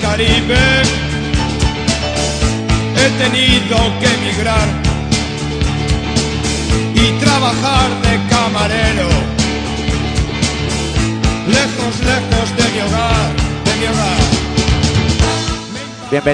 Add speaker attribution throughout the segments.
Speaker 1: Caribe. He tenido que emigrar y trabajar de camarero. Lejos, lejos de mi hogar, de mi hogar.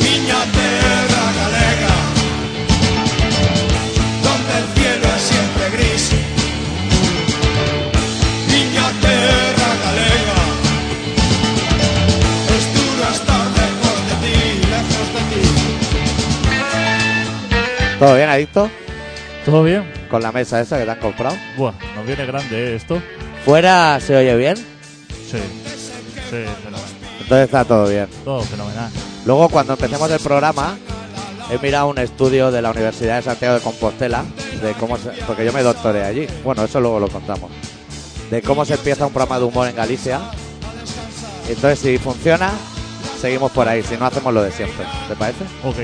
Speaker 1: Miña tierra galega, donde el cielo es siempre gris. Miña tierra galega, es duro estar lejos de ti, lejos de ti.
Speaker 2: ¿Todo bien, Adicto?
Speaker 3: ¿Todo bien?
Speaker 2: Con la mesa esa que te han comprado.
Speaker 3: Buah, nos viene grande ¿eh? esto.
Speaker 2: ¿Fuera se oye bien?
Speaker 3: Sí. Sí, fenomenal.
Speaker 2: Entonces está todo bien.
Speaker 3: Todo fenomenal.
Speaker 2: Luego, cuando empecemos el programa, he mirado un estudio de la Universidad de Santiago de Compostela, de cómo se- porque yo me doctoré allí. Bueno, eso luego lo contamos. De cómo se empieza un programa de humor en Galicia. Entonces, si funciona, seguimos por ahí. Si no, hacemos lo de siempre. ¿Te parece?
Speaker 3: Ok.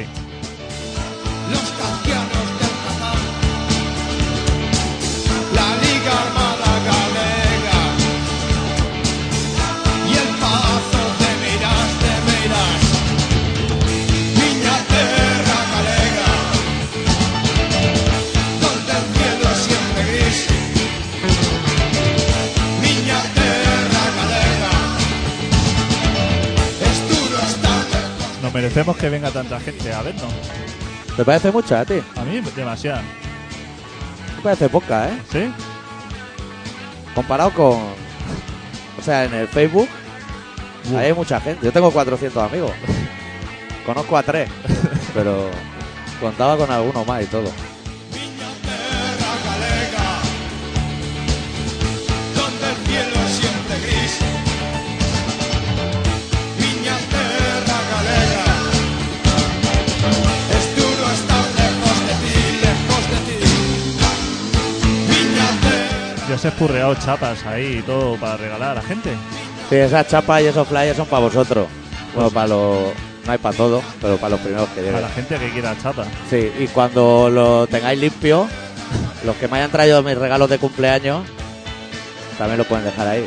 Speaker 1: Los campeones del Qatar, la Liga Armada Galega y el paso de Miras de Miras, Miña Terra Galega, donde el cielo es siempre gris, Miña Terra Galega, es duro estar.
Speaker 3: Nos merecemos que venga tanta gente a vernos.
Speaker 2: ¿Te parece mucho a ti?
Speaker 3: A mí, demasiado.
Speaker 2: Me parece poca, ¿eh?
Speaker 3: ¿Sí?
Speaker 2: Comparado con. O sea, en el Facebook
Speaker 3: Uh.
Speaker 2: ahí hay mucha gente. Yo tengo 400 amigos. Conozco a tres. Pero contaba con alguno más y todo.
Speaker 1: Miña terra galega, donde el cielo es siempre gris. Miña terra galega, es duro estar lejos de ti, lejos de ti. Miña terra,
Speaker 3: Ya se ha escurreado chapas ahí y todo para regalar a la gente.
Speaker 2: Sí, esas chapas y esos flyers son para vosotros. Bueno, para los. No hay para todos, pero para los primeros que
Speaker 3: A
Speaker 2: lleguen.
Speaker 3: la gente que quiera chapas.
Speaker 2: Sí, y cuando lo tengáis limpio, los que me hayan traído mis regalos de cumpleaños, también lo pueden dejar ahí.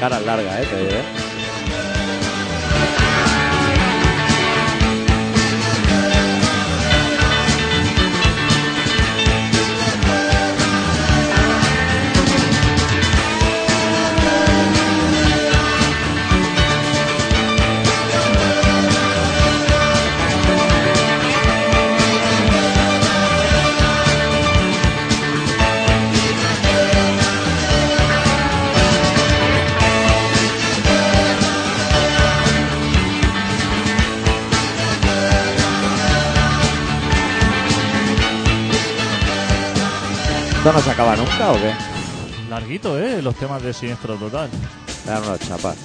Speaker 2: Caras largas, ¿eh? Te diré. ¿Esto no se acaba nunca o qué?
Speaker 3: Larguito, ¿eh? Los temas de siniestro total.
Speaker 2: Me dan unos chapas.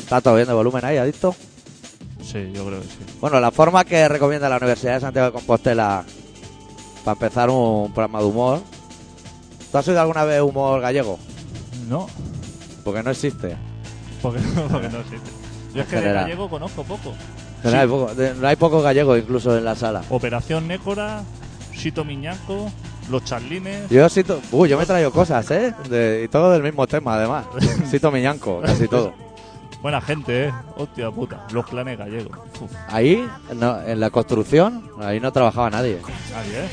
Speaker 2: ¿Está todo bien de volumen ahí, adicto?
Speaker 3: Sí, yo creo que sí.
Speaker 2: Bueno, la forma que recomienda la Universidad de Santiago de Compostela para empezar un programa de humor. ¿Tú has oído alguna vez humor gallego?
Speaker 3: No,
Speaker 2: Porque no existe.
Speaker 3: porque, porque no existe. Yo es que de
Speaker 2: General.
Speaker 3: gallego conozco poco.
Speaker 2: No,
Speaker 3: Sí.
Speaker 2: hay poco, de- no hay pocos gallegos incluso en la sala.
Speaker 3: Operación Nécora, Sito Miñanco, Los Charlines.
Speaker 2: Yo siento. Uy, yo me he traído cosas, ¿eh? De- y todo del mismo tema, además. Sito Miñanco, casi todo.
Speaker 3: Buena gente, ¿eh? Hostia puta. Los clanes gallegos. Uf,
Speaker 2: Ahí, no- en la construcción, ahí no trabajaba nadie.
Speaker 3: ahí, ¿eh?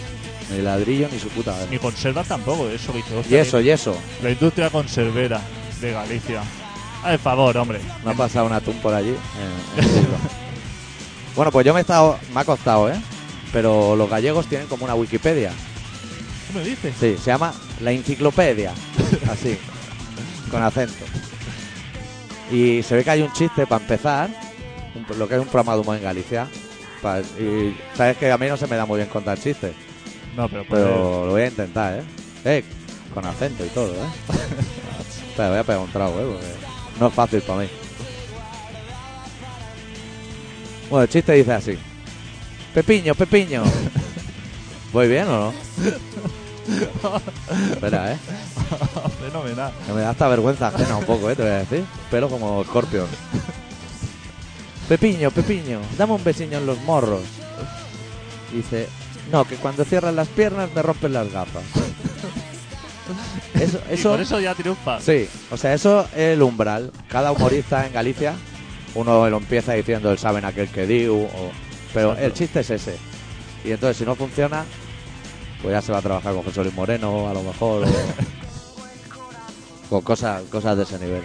Speaker 2: Ni ladrillo ni su puta madre.
Speaker 3: Ni conservas tampoco, eso que dice,
Speaker 2: Y
Speaker 3: hostia,
Speaker 2: eso, y eso.
Speaker 3: La industria conservera de Galicia. Al favor, hombre.
Speaker 2: No ha pasado una atún por allí. eh, en Cuba. bueno, pues yo me he estado. Me ha costado, ¿eh? Pero los gallegos tienen como una Wikipedia.
Speaker 3: ¿Qué me dices?
Speaker 2: Sí, se llama La Enciclopedia. Así, con acento. Y se ve que hay un chiste para empezar, un- lo que es un programa de humor en Galicia. Pa- y sabes que a mí no se me da muy bien contar chistes,
Speaker 3: No, pero, pues,
Speaker 2: pero lo voy a intentar, ¿eh? Eh, con acento y todo, ¿eh? Espera, voy a pegar un trago, ¿eh? Porque no es fácil para mí. Bueno, el chiste dice así. Pepiño, Pepiño. ¿Voy bien o no? Espera, ¿eh?
Speaker 3: Fenomenal.
Speaker 2: Que me da hasta vergüenza ajena un poco, ¿eh? Te voy a decir. Pelo como Scorpion. Pepiño, Pepiño, dame un besiño en los morros. Dice, no, que cuando cierras las piernas me rompen las gafas. Eso,
Speaker 3: Y
Speaker 2: eso,
Speaker 3: con eso ya triunfa.
Speaker 2: sí, o sea, eso es el umbral. Cada humorista en Galicia, uno lo empieza diciendo el saben aquel que diu, o- pero
Speaker 3: Exacto.
Speaker 2: el chiste es ese. Y entonces si no funciona, pues ya se va a trabajar con José Luis Moreno, a lo mejor, o- con cosas, cosas de ese nivel.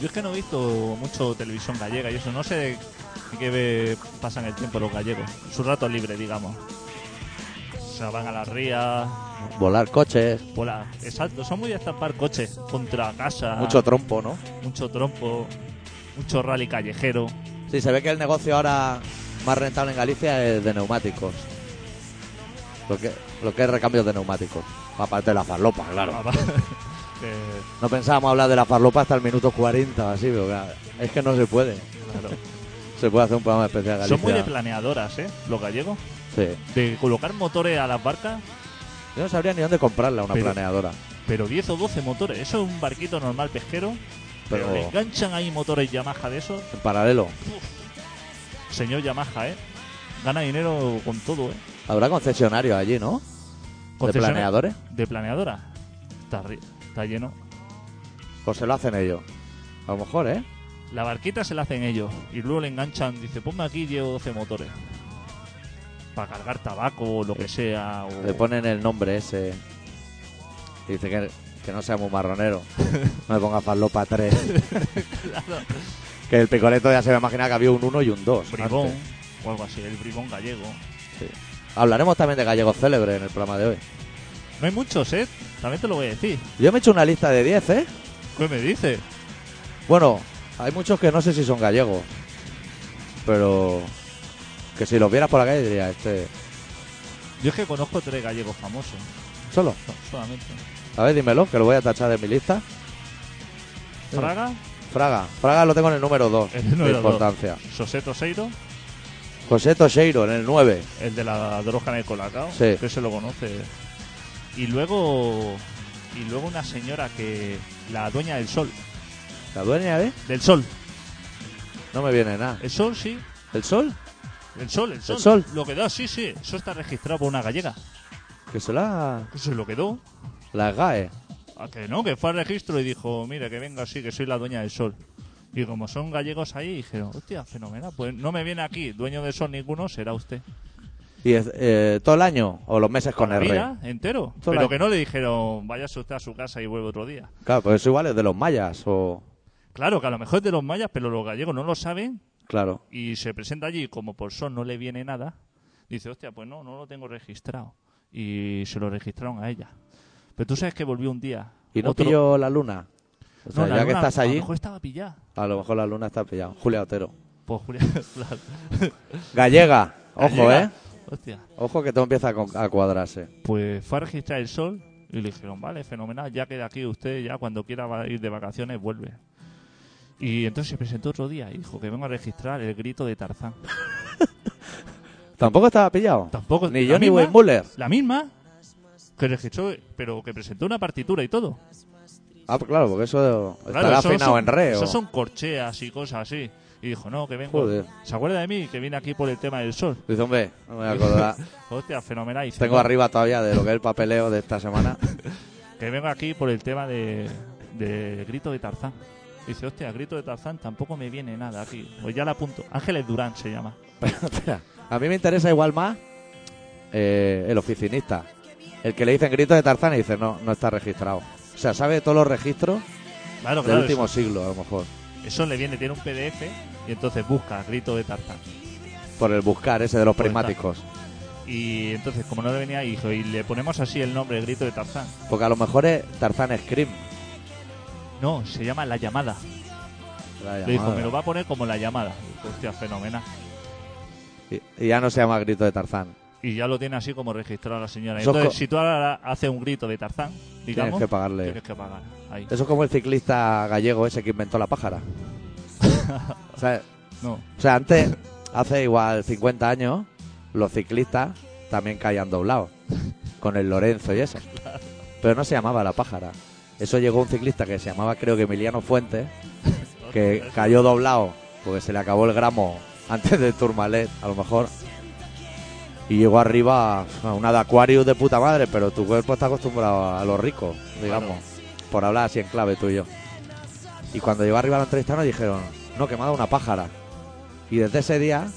Speaker 3: Yo es que no he visto mucho televisión gallega y eso. No sé de qué ve- pasan el tiempo los gallegos. Su rato libre, digamos. O sea, van a las rías,
Speaker 2: Volar coches,
Speaker 3: Hola, exacto, son muy de estampar coches contra casa,
Speaker 2: mucho trompo, ¿no?
Speaker 3: mucho trompo, mucho rally callejero.
Speaker 2: Sí, se ve que el negocio ahora más rentable en Galicia es de neumáticos. Lo que, lo que es recambios de neumáticos. Aparte de la farlopa, claro.
Speaker 3: Eh,
Speaker 2: No pensábamos hablar de la farlopa hasta el minuto 40 o así, pero claro, es que no se puede.
Speaker 3: claro.
Speaker 2: Se puede hacer un programa especial Galicia.
Speaker 3: Son muy de planeadoras, ¿eh? Los gallegos.
Speaker 2: Sí.
Speaker 3: De colocar motores a las barcas,
Speaker 2: Yo no sabría ni dónde comprarla una
Speaker 3: Pero-
Speaker 2: planeadora.
Speaker 3: pero 10 o 12 motores. Eso es un barquito normal pesquero. Pero,
Speaker 2: Pero
Speaker 3: le enganchan ahí motores Yamaha de esos.
Speaker 2: en paralelo,
Speaker 3: Señor Yamaha, ¿eh? Gana dinero con todo, ¿eh?
Speaker 2: habrá concesionarios allí, ¿no? De
Speaker 3: Concesiones
Speaker 2: planeadores.
Speaker 3: De planeadora. Está, ri- está lleno.
Speaker 2: Pues se lo hacen ellos. A lo mejor, ¿eh?
Speaker 3: La barquita se la hacen ellos y luego le enganchan, dice, ponme aquí, llevo 12 motores. Para cargar tabaco o lo que sea. O...
Speaker 2: Le ponen el nombre ese. Dice que, que no sea muy marronero. No me ponga farlopa 3. Que el picoleto ya se me imagina que había un 1 y un 2.
Speaker 3: bribón o algo así, el bribón gallego.
Speaker 2: Hablaremos también de gallegos célebres en el programa de hoy.
Speaker 3: No hay muchos, ¿eh? También te lo voy a decir.
Speaker 2: Yo me he hecho una lista de 10, ¿eh?
Speaker 3: ¿Qué me dices?
Speaker 2: Bueno, hay muchos que no sé si son gallegos. Pero. Que si los vieras por la calle diría, este.
Speaker 3: Yo es que conozco tres gallegos famosos,
Speaker 2: Solo.
Speaker 3: no, solamente.
Speaker 2: A ver, dímelo, que lo voy a tachar de mi lista. Sí.
Speaker 3: Fraga,
Speaker 2: Fraga. Fraga lo tengo en el número 2.
Speaker 3: El número
Speaker 2: de
Speaker 3: dos.
Speaker 2: importancia.
Speaker 3: Soseto Seiro,
Speaker 2: José Toseiro en el 9.
Speaker 3: el de la droga en el colacao,
Speaker 2: Sí.
Speaker 3: que se lo conoce. Y luego, y luego una señora que, la dueña del sol,
Speaker 2: La dueña, ¿eh?
Speaker 3: del sol,
Speaker 2: No me viene nada.
Speaker 3: el sol sí,
Speaker 2: ¿El sol?
Speaker 3: El sol, el sol.
Speaker 2: sol.
Speaker 3: Lo quedó, sí, sí. Eso está registrado por una gallega.
Speaker 2: Que se la.
Speaker 3: Eso lo quedó.
Speaker 2: La GAE.
Speaker 3: A que no, que fue al registro y dijo, mira, que venga así, que soy la dueña del sol. Y como son gallegos ahí, dijeron, hostia, fenomenal. Pues no me viene aquí dueño del sol ninguno, será usted.
Speaker 2: ¿Y es, eh, todo el año o los meses con
Speaker 3: La
Speaker 2: R?
Speaker 3: vida entero.
Speaker 2: Todo
Speaker 3: Pero
Speaker 2: la-
Speaker 3: que no le dijeron, váyase usted a su casa y vuelve otro día.
Speaker 2: Claro, pues eso igual es de los mayas o.
Speaker 3: Claro, que a lo mejor es de los mayas, pero los gallegos no lo saben
Speaker 2: Claro.
Speaker 3: y se presenta allí y como por sol no le viene nada, dice, hostia, pues no, no lo tengo registrado. Y se lo registraron a ella. Pero tú sabes que volvió un día.
Speaker 2: ¿Y no
Speaker 3: otro-
Speaker 2: pilló la luna? O sea,
Speaker 3: No, la
Speaker 2: ya que
Speaker 3: luna,
Speaker 2: estás
Speaker 3: A lo
Speaker 2: allí,
Speaker 3: mejor estaba pillada.
Speaker 2: a lo mejor la luna está pillada. Julia Otero.
Speaker 3: Pues Julián, claro.
Speaker 2: Gallega. Ojo,
Speaker 3: Gallega.
Speaker 2: ¿eh?
Speaker 3: Hostia.
Speaker 2: Ojo que todo empieza a con- a cuadrarse.
Speaker 3: Pues fue a registrar el sol y le dijeron, vale, fenomenal, ya queda aquí usted, ya cuando quiera va a ir de vacaciones, vuelve. Y entonces se presentó otro día y dijo que vengo a registrar el grito de Tarzán.
Speaker 2: Tampoco estaba pillado.
Speaker 3: Tampoco
Speaker 2: Ni
Speaker 3: la
Speaker 2: Johnny
Speaker 3: misma-
Speaker 2: Weissmuller.
Speaker 3: La misma que registró, pero que presentó una partitura y todo.
Speaker 2: Ah, pues claro, porque eso estará
Speaker 3: Claro, eso
Speaker 2: afinado
Speaker 3: son-
Speaker 2: en re. o-
Speaker 3: Eso son corcheas y cosas así. Y dijo, no, que vengo.
Speaker 2: Joder.
Speaker 3: ¿Se acuerda de mí? Que vine aquí por el tema del sol.
Speaker 2: Dice, hombre, no me voy a acordar.
Speaker 3: Hostia, fenomenal. Y dice,
Speaker 2: Tengo
Speaker 3: no,
Speaker 2: arriba todavía de lo que es el papeleo de esta semana.
Speaker 3: Que vengo aquí por el tema de, de grito de Tarzán. Y dice, hostia, grito de Tarzán tampoco me viene nada aquí. Pues ya la apunto. Ángeles Durán se llama.
Speaker 2: Espera, a mí me interesa igual más eh, el oficinista. El que le dicen grito de Tarzán y dice, no, no está registrado. O sea, sabe todos los registros
Speaker 3: Claro,
Speaker 2: del
Speaker 3: claro.
Speaker 2: último
Speaker 3: Eso,
Speaker 2: siglo, a lo mejor.
Speaker 3: eso le viene, tiene un PDF y entonces busca grito de Tarzán.
Speaker 2: Por el buscar ese de los
Speaker 3: Pues está.
Speaker 2: prismáticos.
Speaker 3: Y entonces, como no le venía, dijo, y le ponemos así el nombre, grito de Tarzán.
Speaker 2: Porque a lo mejor es Tarzán Scream.
Speaker 3: No, se llama La Llamada.
Speaker 2: la
Speaker 3: Le dijo,
Speaker 2: llamada.
Speaker 3: me lo va a poner como La Llamada. Dijo, hostia, fenomenal.
Speaker 2: y, y ya no se llama grito de Tarzán.
Speaker 3: Y ya lo tiene así como registrado la señora.
Speaker 2: Eso es
Speaker 3: Entonces,
Speaker 2: co-
Speaker 3: si tú ahora haces un grito de Tarzán, digamos,
Speaker 2: Tienes que pagarle.
Speaker 3: tienes que pagar. Ahí.
Speaker 2: Eso es como el ciclista gallego ese que inventó la pájara. o, sea,
Speaker 3: No,
Speaker 2: o sea, antes, hace igual 50 años, los ciclistas también caían doblados. Con el Lorenzo y eso. Pero no se llamaba la pájara. Eso llegó un ciclista que se llamaba, creo que Emiliano Fuentes, que cayó doblado porque se le acabó el gramo antes del Tourmalet, a lo mejor. Y llegó arriba a una de Aquarius de puta madre, pero tu cuerpo está acostumbrado a los ricos, digamos, por hablar así en clave tuyo. Y cuando llegó arriba a los entrevistados dijeron, no, que me ha dado una pájara. Y desde ese día,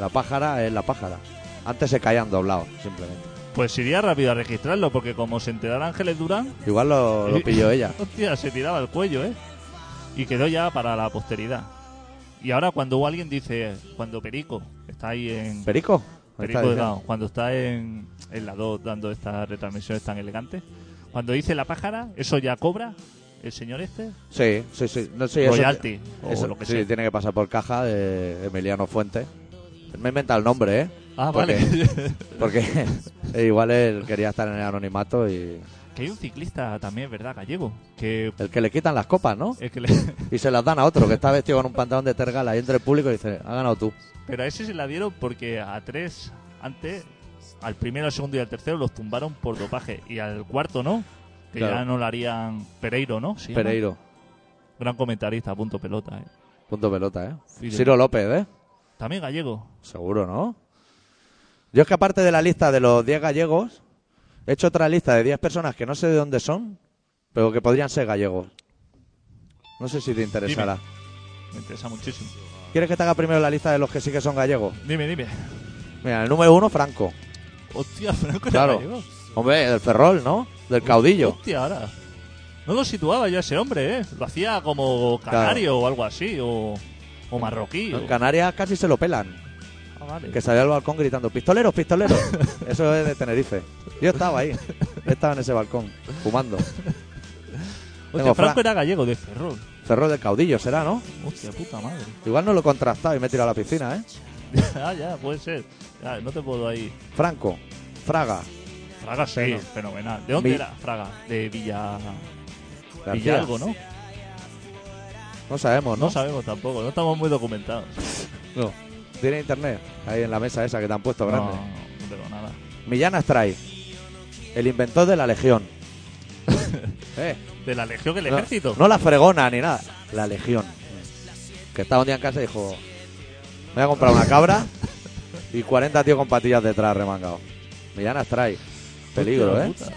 Speaker 2: la pájara es la pájara. Antes se caían doblados, simplemente.
Speaker 3: Pues iría rápido a registrarlo, porque como se enterara Ángeles Durán,
Speaker 2: Igual lo, lo pilló ella.
Speaker 3: Hostia, se tiraba el cuello, ¿eh? Y quedó ya para la posteridad. Y ahora cuando alguien dice, cuando Perico está ahí en...
Speaker 2: ¿Perico? ¿Me
Speaker 3: Perico
Speaker 2: estás diciendo?
Speaker 3: Delgado, cuando está en, en la 2 dando estas retransmisiones tan elegantes, cuando dice la pájara, eso ya cobra el señor este,
Speaker 2: Sí, sí, sí. No, sí, eso-
Speaker 3: royalty, o
Speaker 2: Eso
Speaker 3: lo que
Speaker 2: sí,
Speaker 3: sea.
Speaker 2: tiene que pasar por caja de Emiliano Fuentes. Me inventa el nombre, ¿eh?
Speaker 3: Ah,
Speaker 2: ¿Por
Speaker 3: vale.
Speaker 2: Porque igual él quería estar en el anonimato y...
Speaker 3: que hay un ciclista también, ¿verdad? Gallego, que...
Speaker 2: El que le quitan las copas, ¿no?
Speaker 3: es que le-
Speaker 2: Y se las dan a otro que está vestido con un pantalón de tergal ahí entre el público y dice, ha ganado tú.
Speaker 3: Pero a ese se la dieron porque a tres antes, al primero, al segundo y al tercero los tumbaron por dopaje. Y al cuarto no, que
Speaker 2: Claro.
Speaker 3: ya no lo harían Pereiro, ¿no? ¿Se llama?
Speaker 2: Pereiro.
Speaker 3: Gran comentarista, punto pelota. ¿eh?
Speaker 2: Punto pelota, ¿eh?
Speaker 3: Sí, sí.
Speaker 2: Ciro López, ¿eh?
Speaker 3: También gallego.
Speaker 2: Seguro, ¿no? Yo es que aparte de la lista de los 10 gallegos, he hecho otra lista de 10 personas que no sé de dónde son, pero que podrían ser gallegos. No sé si te interesará.
Speaker 3: Me interesa muchísimo.
Speaker 2: ¿Quieres que te haga primero la lista de los que sí que son gallegos?
Speaker 3: Dime, dime.
Speaker 2: Mira, el número uno, Franco.
Speaker 3: Hostia, Franco era
Speaker 2: Claro.
Speaker 3: gallego.
Speaker 2: Hombre, del Ferrol, ¿no? Del caudillo.
Speaker 3: Hostia, ahora. No lo situaba yo a ese hombre, ¿eh? Lo hacía como canario o algo así, o, o marroquí.
Speaker 2: En
Speaker 3: o-
Speaker 2: Canarias casi se lo pelan.
Speaker 3: Ah, vale.
Speaker 2: Que salió al balcón gritando, pistoleros, pistoleros. Eso es de Tenerife. Yo estaba ahí. Yo estaba en ese balcón, fumando.
Speaker 3: Hostia,
Speaker 2: tengo
Speaker 3: Franco
Speaker 2: Fra-
Speaker 3: era gallego de Ferrol.
Speaker 2: Ferrol del caudillo será, ¿no?
Speaker 3: Hostia, puta madre.
Speaker 2: Igual no lo he contrastado y me he tirado a la piscina, ¿eh?
Speaker 3: ah, ya, puede ser. Ya, no te puedo ahí.
Speaker 2: Franco, Fraga,
Speaker 3: Fraga sí,
Speaker 2: Bueno.
Speaker 3: fenomenal. ¿De dónde
Speaker 2: Mi-
Speaker 3: era Fraga? De Villa...
Speaker 2: García.
Speaker 3: Villalgo, ¿no?
Speaker 2: No sabemos,
Speaker 3: ¿no?
Speaker 2: ¿no?
Speaker 3: sabemos tampoco, no estamos muy documentados.
Speaker 2: No. Tiene internet ahí en la mesa esa que te han puesto
Speaker 3: No,
Speaker 2: grande.
Speaker 3: no, pero nada.
Speaker 2: Millán Astray, el inventor de la legión. eh,
Speaker 3: De la Legión del
Speaker 2: no-
Speaker 3: Ejército.
Speaker 2: No la fregona ni nada. La legión. Que estaba un día en casa y dijo: Me voy a comprar una cabra y 40 tíos con patillas detrás remangados. Millán Astray. Peligro,
Speaker 3: Hostia
Speaker 2: ¿eh?
Speaker 3: puta.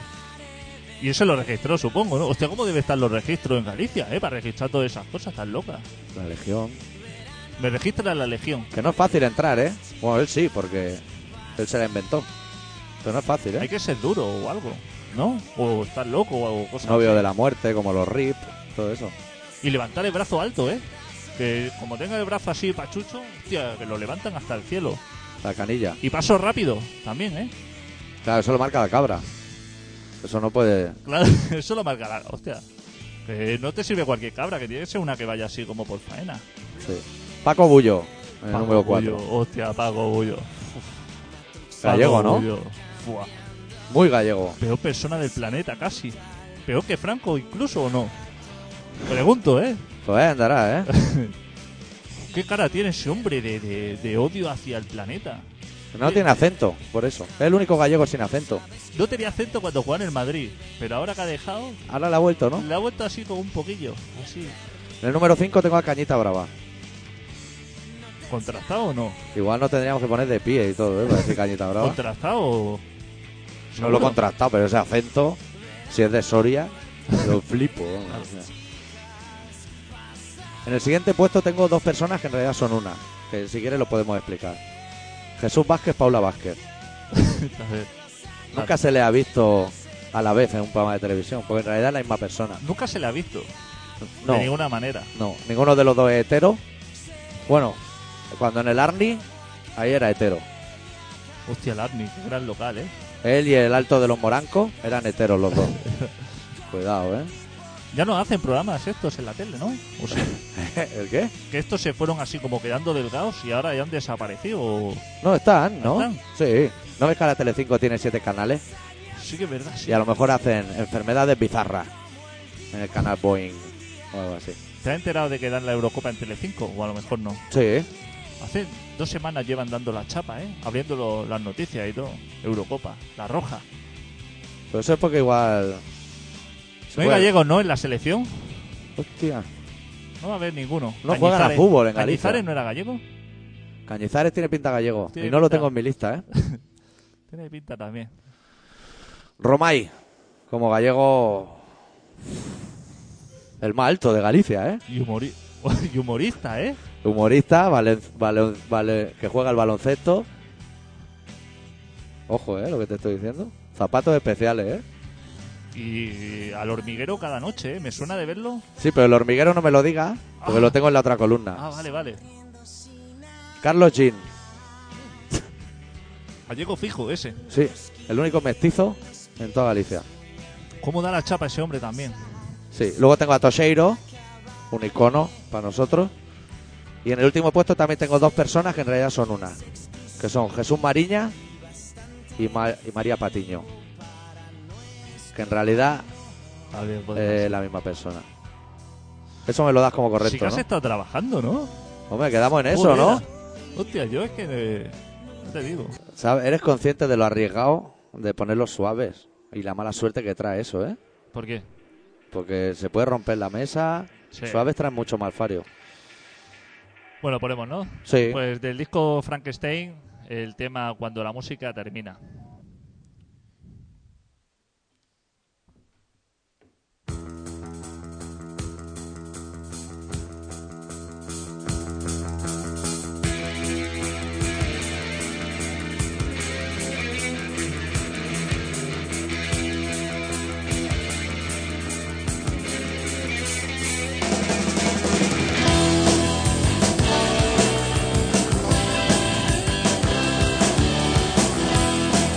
Speaker 3: Y eso lo registró, supongo, ¿no? Hostia, ¿cómo deben estar los registros en Galicia, eh? Para registrar todas esas cosas tan locas.
Speaker 2: La legión.
Speaker 3: Me registra la Legión.
Speaker 2: Que no es fácil entrar, ¿eh? Bueno, él sí, porque él se la inventó. Pero no es fácil, ¿eh?
Speaker 3: Hay que ser duro o algo, ¿no? O estar loco o algo, cosas
Speaker 2: novio
Speaker 3: así.
Speaker 2: de la muerte, como los RIP, todo eso.
Speaker 3: Y levantar el brazo alto, ¿eh? Que como tenga el brazo así pachucho, hostia, que lo levantan hasta el cielo.
Speaker 2: La canilla.
Speaker 3: Y paso rápido también, ¿eh?
Speaker 2: Claro, eso lo marca la cabra. Eso no puede.
Speaker 3: Claro, eso lo marca la... Hostia. Que no te sirve cualquier cabra, que tiene que ser una que vaya así como por faena.
Speaker 2: sí. Paco Bullo, en el
Speaker 3: Paco
Speaker 2: número
Speaker 3: Bullo,
Speaker 2: 4.
Speaker 3: Hostia, Paco Bullo. Uf.
Speaker 2: Gallego,
Speaker 3: Paco
Speaker 2: ¿no?
Speaker 3: Bullo. Buah.
Speaker 2: Muy gallego.
Speaker 3: Peor persona del planeta, casi. Peor que Franco, incluso, ¿o no? Pregunto, ¿eh?
Speaker 2: Pues eh, andará, ¿eh?
Speaker 3: ¿Qué cara tiene ese hombre de, de- de odio hacia el planeta?
Speaker 2: No tiene acento, por eso. Es el único gallego sin acento.
Speaker 3: No tenía acento cuando jugaba en el Madrid, pero ahora que ha dejado,
Speaker 2: Ahora la ha vuelto, ¿no?
Speaker 3: le ha vuelto así como un poquillo. Así.
Speaker 2: En el número 5 tengo a Cañita Brava.
Speaker 3: ¿Contrastado o no?
Speaker 2: Igual no tendríamos que poner de pie y todo, ¿eh? Para decir Cañita Brava.
Speaker 3: ¿Contrastado
Speaker 2: No lo
Speaker 3: o.?
Speaker 2: he
Speaker 3: Seguro.
Speaker 2: contrastado, pero ese acento, si es de Soria, lo flipo. vamos. En el siguiente puesto tengo dos personas que en realidad son una, que si quieres lo podemos explicar. Jesús Vázquez, Paula Vázquez.
Speaker 3: A ver.
Speaker 2: Nunca se le ha visto a la vez en un programa de televisión, porque en realidad es la misma persona.
Speaker 3: Nunca se le ha visto,
Speaker 2: No,
Speaker 3: de ninguna manera.
Speaker 2: no, ninguno de los dos es hetero. Bueno, cuando en el Arni, ahí era hetero.
Speaker 3: Hostia, el Arni, qué gran local, ¿eh?
Speaker 2: Él y el Alto de los Morancos eran heteros los dos. Cuidado, ¿eh?
Speaker 3: Ya no hacen programas estos en la tele, ¿no? O sea,
Speaker 2: ¿El qué?
Speaker 3: que estos se fueron así como quedando delgados y ahora ya han desaparecido. o-
Speaker 2: No, están, ¿no?
Speaker 3: ¿Están?
Speaker 2: Sí. ¿No ves que la Telecinco tiene siete canales?
Speaker 3: Sí que es verdad, sí.
Speaker 2: Y a lo mejor hacen enfermedades bizarras en el canal Boeing o algo así.
Speaker 3: ¿Te has enterado de que dan la Eurocopa en Telecinco? O a lo mejor no.
Speaker 2: Sí.
Speaker 3: Hace dos semanas llevan dando la chapa, ¿eh? Abriendo lo- las noticias y todo. Eurocopa, la roja.
Speaker 2: Pero eso es porque igual...
Speaker 3: No hay
Speaker 2: Bueno.
Speaker 3: gallegos, ¿no? En la selección.
Speaker 2: Hostia.
Speaker 3: No va a haber ninguno.
Speaker 2: No juegan al fúbol en Galicia.
Speaker 3: Cañizares no era gallego.
Speaker 2: Cañizares tiene pinta gallego.
Speaker 3: Tiene
Speaker 2: y no lo
Speaker 3: pinta.
Speaker 2: tengo en mi lista, ¿eh?
Speaker 3: Tiene pinta también.
Speaker 2: Romay, como gallego. El más alto de Galicia, ¿eh?
Speaker 3: Y, humori- y humorista, ¿eh?
Speaker 2: Humorista, valen- valen- vale- que juega al baloncesto. Ojo, ¿eh? Lo que te estoy diciendo. Zapatos especiales, ¿eh?
Speaker 3: Y al hormiguero cada noche, ¿eh? Me suena de verlo.
Speaker 2: Sí, pero el hormiguero no me lo diga, porque
Speaker 3: Ah.
Speaker 2: lo tengo en la otra columna.
Speaker 3: Ah, vale, vale.
Speaker 2: Carlos Jean,
Speaker 3: Gallego fijo ese.
Speaker 2: sí, el único mestizo en toda Galicia.
Speaker 3: ¿Cómo da la chapa ese hombre también?
Speaker 2: Sí, luego tengo a Toseiro, un icono para nosotros. Y en el último puesto también tengo dos personas que en realidad son una, que son Jesús Mariña y, Ma- y María Patiño, que en realidad
Speaker 3: A ver,
Speaker 2: es
Speaker 3: podemos-
Speaker 2: Eh, la misma persona. Eso me lo das como
Speaker 3: Sí que
Speaker 2: correcto,
Speaker 3: has
Speaker 2: ¿no?
Speaker 3: estado trabajando, ¿no?
Speaker 2: Hombre, quedamos en eso, ¿no?
Speaker 3: ¿no? Hostia, yo es que... eh, no te digo.
Speaker 2: ¿Sabes? Eres consciente de lo arriesgado de ponerlos suaves y la mala suerte que trae eso, ¿eh?
Speaker 3: ¿Por qué?
Speaker 2: Porque se puede romper la mesa.
Speaker 3: Sí.
Speaker 2: Suaves traen mucho malfario.
Speaker 3: Bueno, ponemos, ¿no?
Speaker 2: Sí.
Speaker 3: Pues del disco Frankenstein, el tema Cuando la música termina.
Speaker 4: Cuando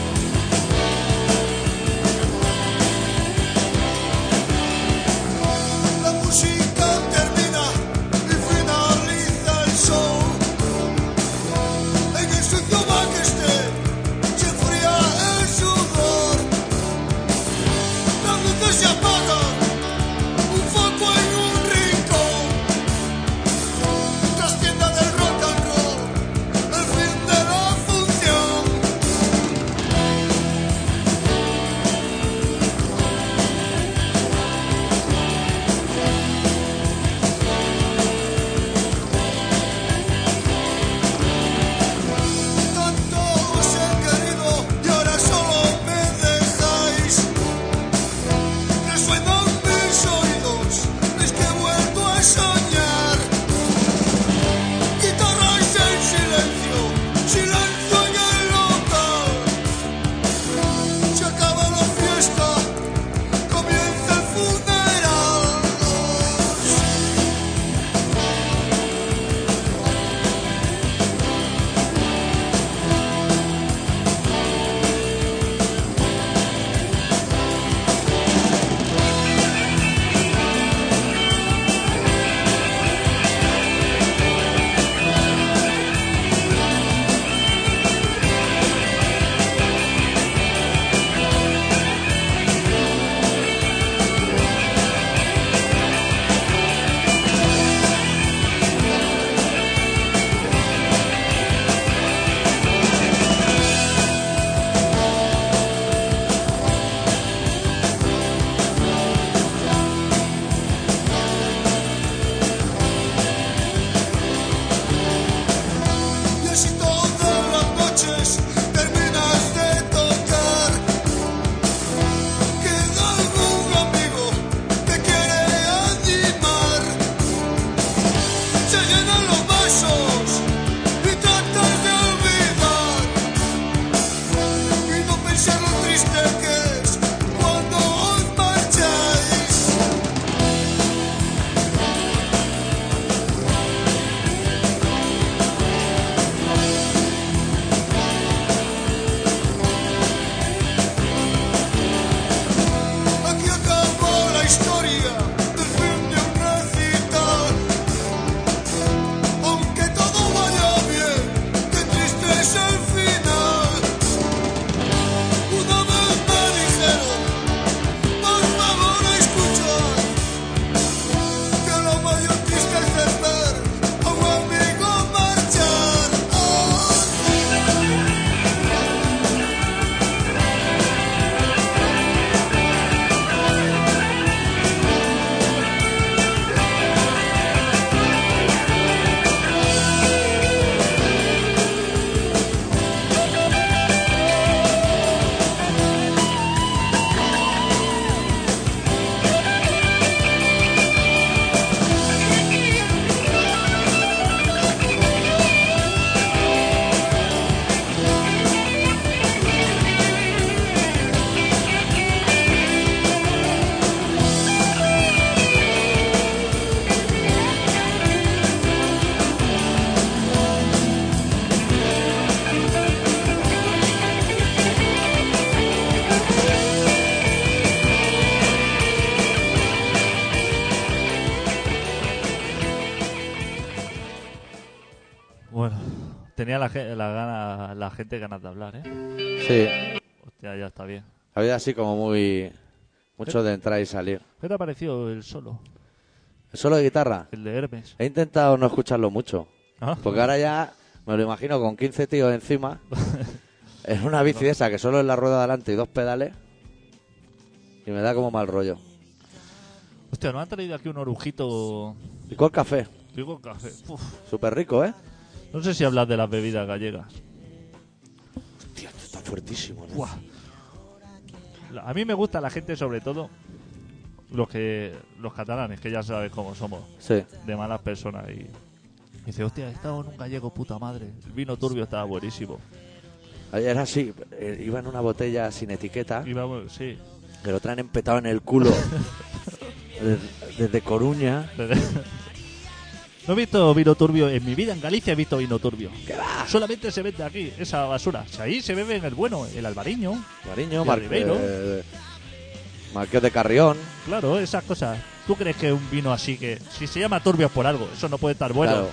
Speaker 3: Bueno, tenía la, ge- la, gana, la gente ganas de hablar, ¿eh?
Speaker 2: Sí,
Speaker 3: Hostia, ya está bien.
Speaker 2: ha habido así como muy. Mucho de entrar y salir.
Speaker 3: ¿Qué te ha parecido el solo?
Speaker 2: ¿El solo de guitarra?
Speaker 3: El de Hermes.
Speaker 2: He intentado no escucharlo mucho.
Speaker 3: ¿Ah?
Speaker 2: Porque ahora ya me lo imagino con 15 tíos encima. en una bici de esa que solo es la rueda de adelante y dos pedales. Y me da como mal rollo.
Speaker 3: Hostia, ¿no han traído aquí un orujito?
Speaker 2: Y con café.
Speaker 3: Digo, café. Uf.
Speaker 2: Súper rico, ¿eh?
Speaker 3: No sé si hablas de las bebidas gallegas.
Speaker 2: Tío, esto está fuertísimo. ¿no?
Speaker 3: Buah. La- A mí me gusta la gente, sobre todo los que los catalanes, que ya sabes cómo somos,
Speaker 2: Sí.
Speaker 3: de malas personas. Y y dice, hostia, he estado en un gallego puta madre. El vino turbio estaba buenísimo.
Speaker 2: Era así. eh, Iba en una botella sin etiqueta.
Speaker 3: Y vamos, sí.
Speaker 2: Que lo traen empetado en el culo. Desde, desde Coruña.
Speaker 3: No he visto vino turbio en mi vida en Galicia he visto vino turbio. Solamente se vende aquí, esa basura. Si ahí se bebe en el bueno, el albariño,
Speaker 2: Mariño,
Speaker 3: De
Speaker 2: Mar
Speaker 3: Ribeiro.
Speaker 2: eh, Marqués de Carrión.
Speaker 3: claro, esas cosas. ¿Tú crees que un vino así que si se llama turbio es por algo? Eso no puede estar bueno.
Speaker 2: Claro.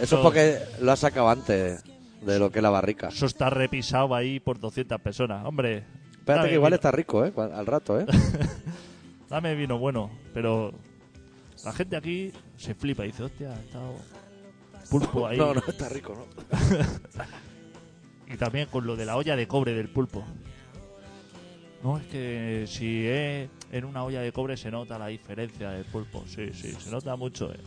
Speaker 2: Eso
Speaker 3: Todo.
Speaker 2: es porque lo has sacado antes de lo que es la barrica.
Speaker 3: Eso está repisado ahí por 200 personas. Hombre,
Speaker 2: Espérate
Speaker 3: dame
Speaker 2: que igual
Speaker 3: vino-
Speaker 2: está rico, ¿eh? Cua- Al rato, ¿eh?
Speaker 3: dame vino bueno, pero la gente aquí se flipa y dice, hostia, ha estado pulpo ahí.
Speaker 2: No, no, está rico, ¿no?
Speaker 3: Y también con lo de la olla de cobre del pulpo. No, es que si es en una olla de cobre se nota la diferencia del pulpo. Sí, sí, se nota mucho. eh.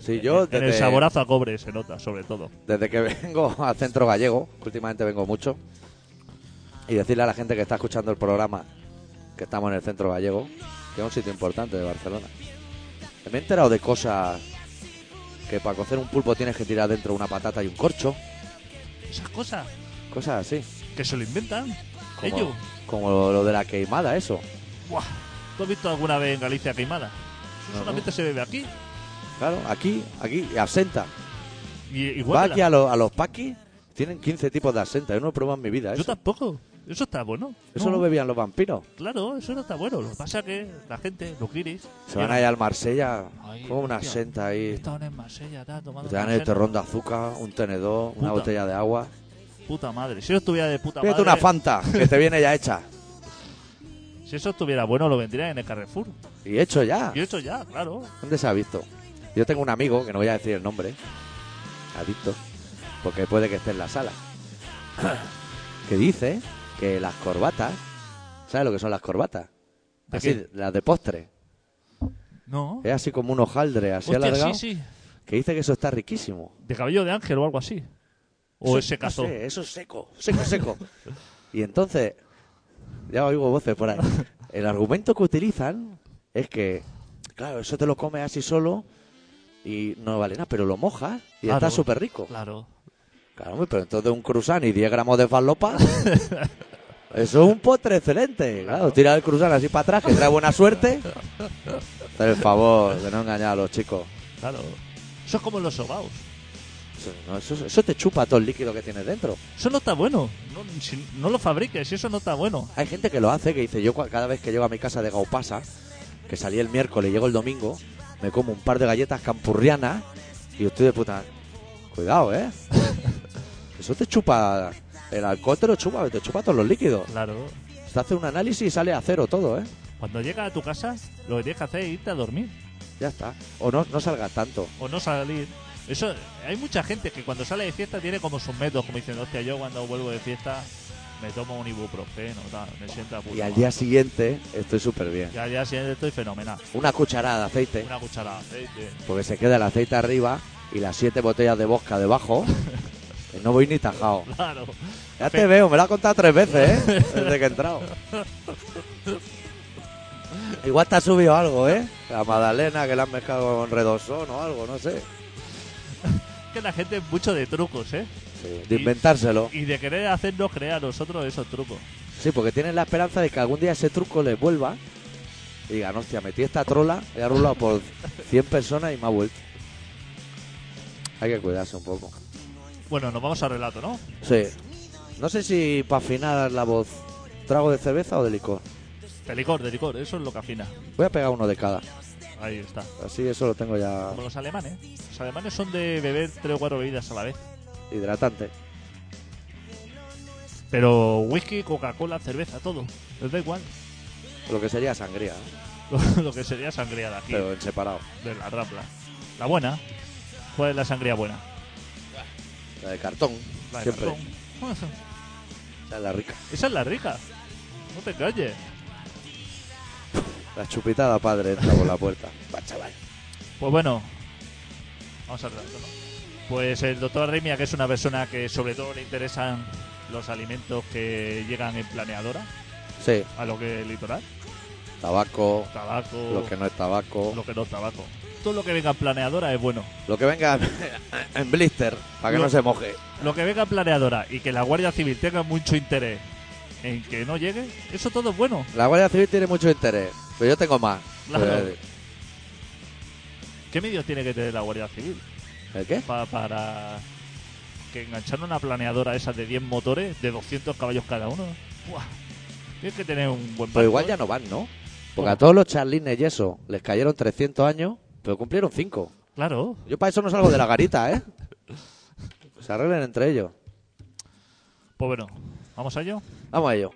Speaker 2: Sí, yo
Speaker 3: en el
Speaker 2: desde,
Speaker 3: saborazo a cobre se nota, sobre todo.
Speaker 2: desde que vengo al centro gallego, que últimamente vengo mucho, y decirle a la gente que está escuchando el programa que estamos en el centro gallego, que es un sitio importante de Barcelona. Me he enterado de cosas que para cocer un pulpo tienes que tirar dentro una patata y un corcho,
Speaker 3: Esas cosas
Speaker 2: cosas así.
Speaker 3: que se lo inventan
Speaker 2: Como,
Speaker 3: ellos.
Speaker 2: como lo, lo de la queimada, eso.
Speaker 3: Buah. ¿Tú has visto alguna vez en Galicia queimada? Eso
Speaker 2: No,
Speaker 3: solamente se bebe aquí.
Speaker 2: Claro, aquí, aquí, y absenta.
Speaker 3: Y,
Speaker 2: Va
Speaker 3: igual que
Speaker 2: aquí
Speaker 3: la-
Speaker 2: a, lo- a los paquis, tienen 15 tipos de absenta. Yo no he probado en mi vida
Speaker 3: Yo
Speaker 2: eso.
Speaker 3: tampoco. Eso está bueno.
Speaker 2: Eso
Speaker 3: No,
Speaker 2: lo bebían los vampiros.
Speaker 3: Claro, eso no está bueno. Lo que pasa es que la gente, los guiris...
Speaker 2: Se van
Speaker 3: llegan-
Speaker 2: ahí al Marsella,
Speaker 3: Ay,
Speaker 2: como una
Speaker 3: hostia.
Speaker 2: senta ahí.
Speaker 3: Estaban en Marsella, tal, tomando
Speaker 2: Te dan
Speaker 3: una
Speaker 2: el
Speaker 3: cena.
Speaker 2: terrón de azúcar, un tenedor, una
Speaker 3: Puta.
Speaker 2: botella de agua.
Speaker 3: Puta madre. Si yo estuviera de puta
Speaker 2: Pídete
Speaker 3: madre...
Speaker 2: una Fanta, que te viene ya hecha.
Speaker 3: Si eso estuviera bueno, lo vendrían en el Carrefour.
Speaker 2: Y hecho ya.
Speaker 3: Y eso ya, claro.
Speaker 2: ¿Dónde se ha visto? Yo tengo un amigo, que no voy a decir el nombre, adicto, porque puede que esté en la sala, que dice que las corbatas, ¿sabes lo que son las corbatas?
Speaker 3: ¿De
Speaker 2: Así,
Speaker 3: qué?
Speaker 2: las de postre.
Speaker 3: No.
Speaker 2: Es así como un hojaldre, así
Speaker 3: Hostia,
Speaker 2: alargado,
Speaker 3: sí, sí.
Speaker 2: que dice que eso está riquísimo.
Speaker 3: De cabello de ángel o algo así. O
Speaker 2: Eso-
Speaker 3: ese
Speaker 2: no
Speaker 3: caso.
Speaker 2: sé, eso es seco, seco, seco. y entonces, ya oigo voces por ahí. El argumento que utilizan es que, claro, eso te lo comes así solo y no vale nada, pero lo mojas y
Speaker 3: Claro.
Speaker 2: está súper rico.
Speaker 3: Claro.
Speaker 2: Claro, hombre, pero entonces un cruzán y 10 gramos de falopa. Eso es un postre excelente. Claro, tira el cruzán así para atrás, que trae buena suerte. Haz el favor de no engañar a los chicos.
Speaker 3: Claro. Eso es como los sobaos.
Speaker 2: Eso, no, eso- eso te chupa todo el líquido que tienes dentro.
Speaker 3: Eso no está bueno. No, si- no lo fabriques, eso no está bueno.
Speaker 2: Hay gente que lo hace, que dice, yo cua- cada vez que llego a mi casa de Gaupasa, que salí el miércoles y llego el domingo, me como un par de galletas campurrianas y estoy de puta... Cuidado, ¿eh? Eso te chupa... El alcohol te lo chupa, te chupa todos los líquidos.
Speaker 3: Claro.
Speaker 2: Se hace un análisis y sale a cero todo, ¿eh?
Speaker 3: Cuando llegas a tu casa, lo que tienes que hacer es irte a dormir.
Speaker 2: Ya está. O no, no salgas tanto.
Speaker 3: O no salir. Eso, hay mucha gente que cuando sale de fiesta tiene como sus métodos, como diciendo, hostia, yo cuando vuelvo de fiesta me tomo un ibuprofeno, tal, me sienta puta
Speaker 2: Y al
Speaker 3: madre".
Speaker 2: día siguiente estoy súper bien.
Speaker 3: Y al día siguiente estoy fenomenal.
Speaker 2: Una cucharada de aceite,
Speaker 3: Una cucharada de aceite.
Speaker 2: porque se queda el aceite arriba y las siete botellas de bosca debajo. Y no voy ni tajado.
Speaker 3: Claro.
Speaker 2: Ya te veo, me lo ha contado tres veces, ¿eh? Desde que he entrado. Igual te ha subido algo, ¿eh? La Madalena que la han mezclado con redosón o algo, no sé.
Speaker 3: que la gente es mucho de trucos, ¿eh?
Speaker 2: Sí, de inventárselo.
Speaker 3: Y de querer hacernos creer a nosotros esos trucos.
Speaker 2: Sí, porque tienen la esperanza de que algún día ese truco les vuelva y digan, hostia, metí esta trola, he rulado por 100 personas y me ha vuelto. Hay que cuidarse un poco.
Speaker 3: Bueno, nos vamos al relato, ¿no?
Speaker 2: Sí. No sé si para afinar la voz, trago de cerveza o de licor.
Speaker 3: De licor, de licor, eso es lo que afina.
Speaker 2: Voy a pegar uno de cada.
Speaker 3: Ahí está.
Speaker 2: Así eso lo tengo ya.
Speaker 3: Como los alemanes. Los alemanes son de beber tres o cuatro bebidas a la vez.
Speaker 2: hidratante.
Speaker 3: Pero whisky, Coca-Cola, cerveza, todo. Les da igual.
Speaker 2: Lo que sería sangría, ¿eh?
Speaker 3: Lo, lo que sería sangría de aquí,
Speaker 2: pero en separado.
Speaker 3: de la Rambla. La buena. ¿Cuál es la sangría buena?
Speaker 2: La de cartón,
Speaker 3: La de
Speaker 2: siempre.
Speaker 3: cartón.
Speaker 2: Esa es la rica.
Speaker 3: Esa es la rica. No te calles.
Speaker 2: La chupitada padre entra por la puerta. Va, chaval.
Speaker 3: Pues bueno, vamos al rato, ¿no? Pues el doctor Arrimia, que es una persona que sobre todo le interesan los alimentos que llegan en planeadora
Speaker 2: Sí,
Speaker 3: a lo que es el litoral,
Speaker 2: tabaco,
Speaker 3: tabaco,
Speaker 2: lo que no es tabaco.
Speaker 3: lo que no es tabaco. Todo lo que venga en planeadora es bueno.
Speaker 2: Lo que venga en blister, para que
Speaker 3: Lo-
Speaker 2: no se moje.
Speaker 3: Lo que venga en planeadora y que la Guardia Civil tenga mucho interés en que no llegue, eso todo es bueno.
Speaker 2: La Guardia Civil tiene mucho interés, pero yo tengo más. eh,
Speaker 3: Claro.
Speaker 2: Te voy a decir.
Speaker 3: ¿Qué medios tiene que tener la Guardia Civil
Speaker 2: ¿El qué?
Speaker 3: pa- para que enganchar una planeadora esa de 10 motores de 200 caballos cada uno? ¡buah! Tienes que tener un buen
Speaker 2: Pero
Speaker 3: barco,
Speaker 2: Pues igual
Speaker 3: ¿eh?
Speaker 2: ya no van, ¿no?
Speaker 3: ¿Cómo?
Speaker 2: Porque a todos los charlines y eso les cayeron 300 años, pero cumplieron 5.
Speaker 3: Claro,
Speaker 2: Yo para eso no salgo de la garita, ¿eh? Se arreglen entre ellos.
Speaker 3: pues bueno, vamos a ello.
Speaker 2: Vamos a ello.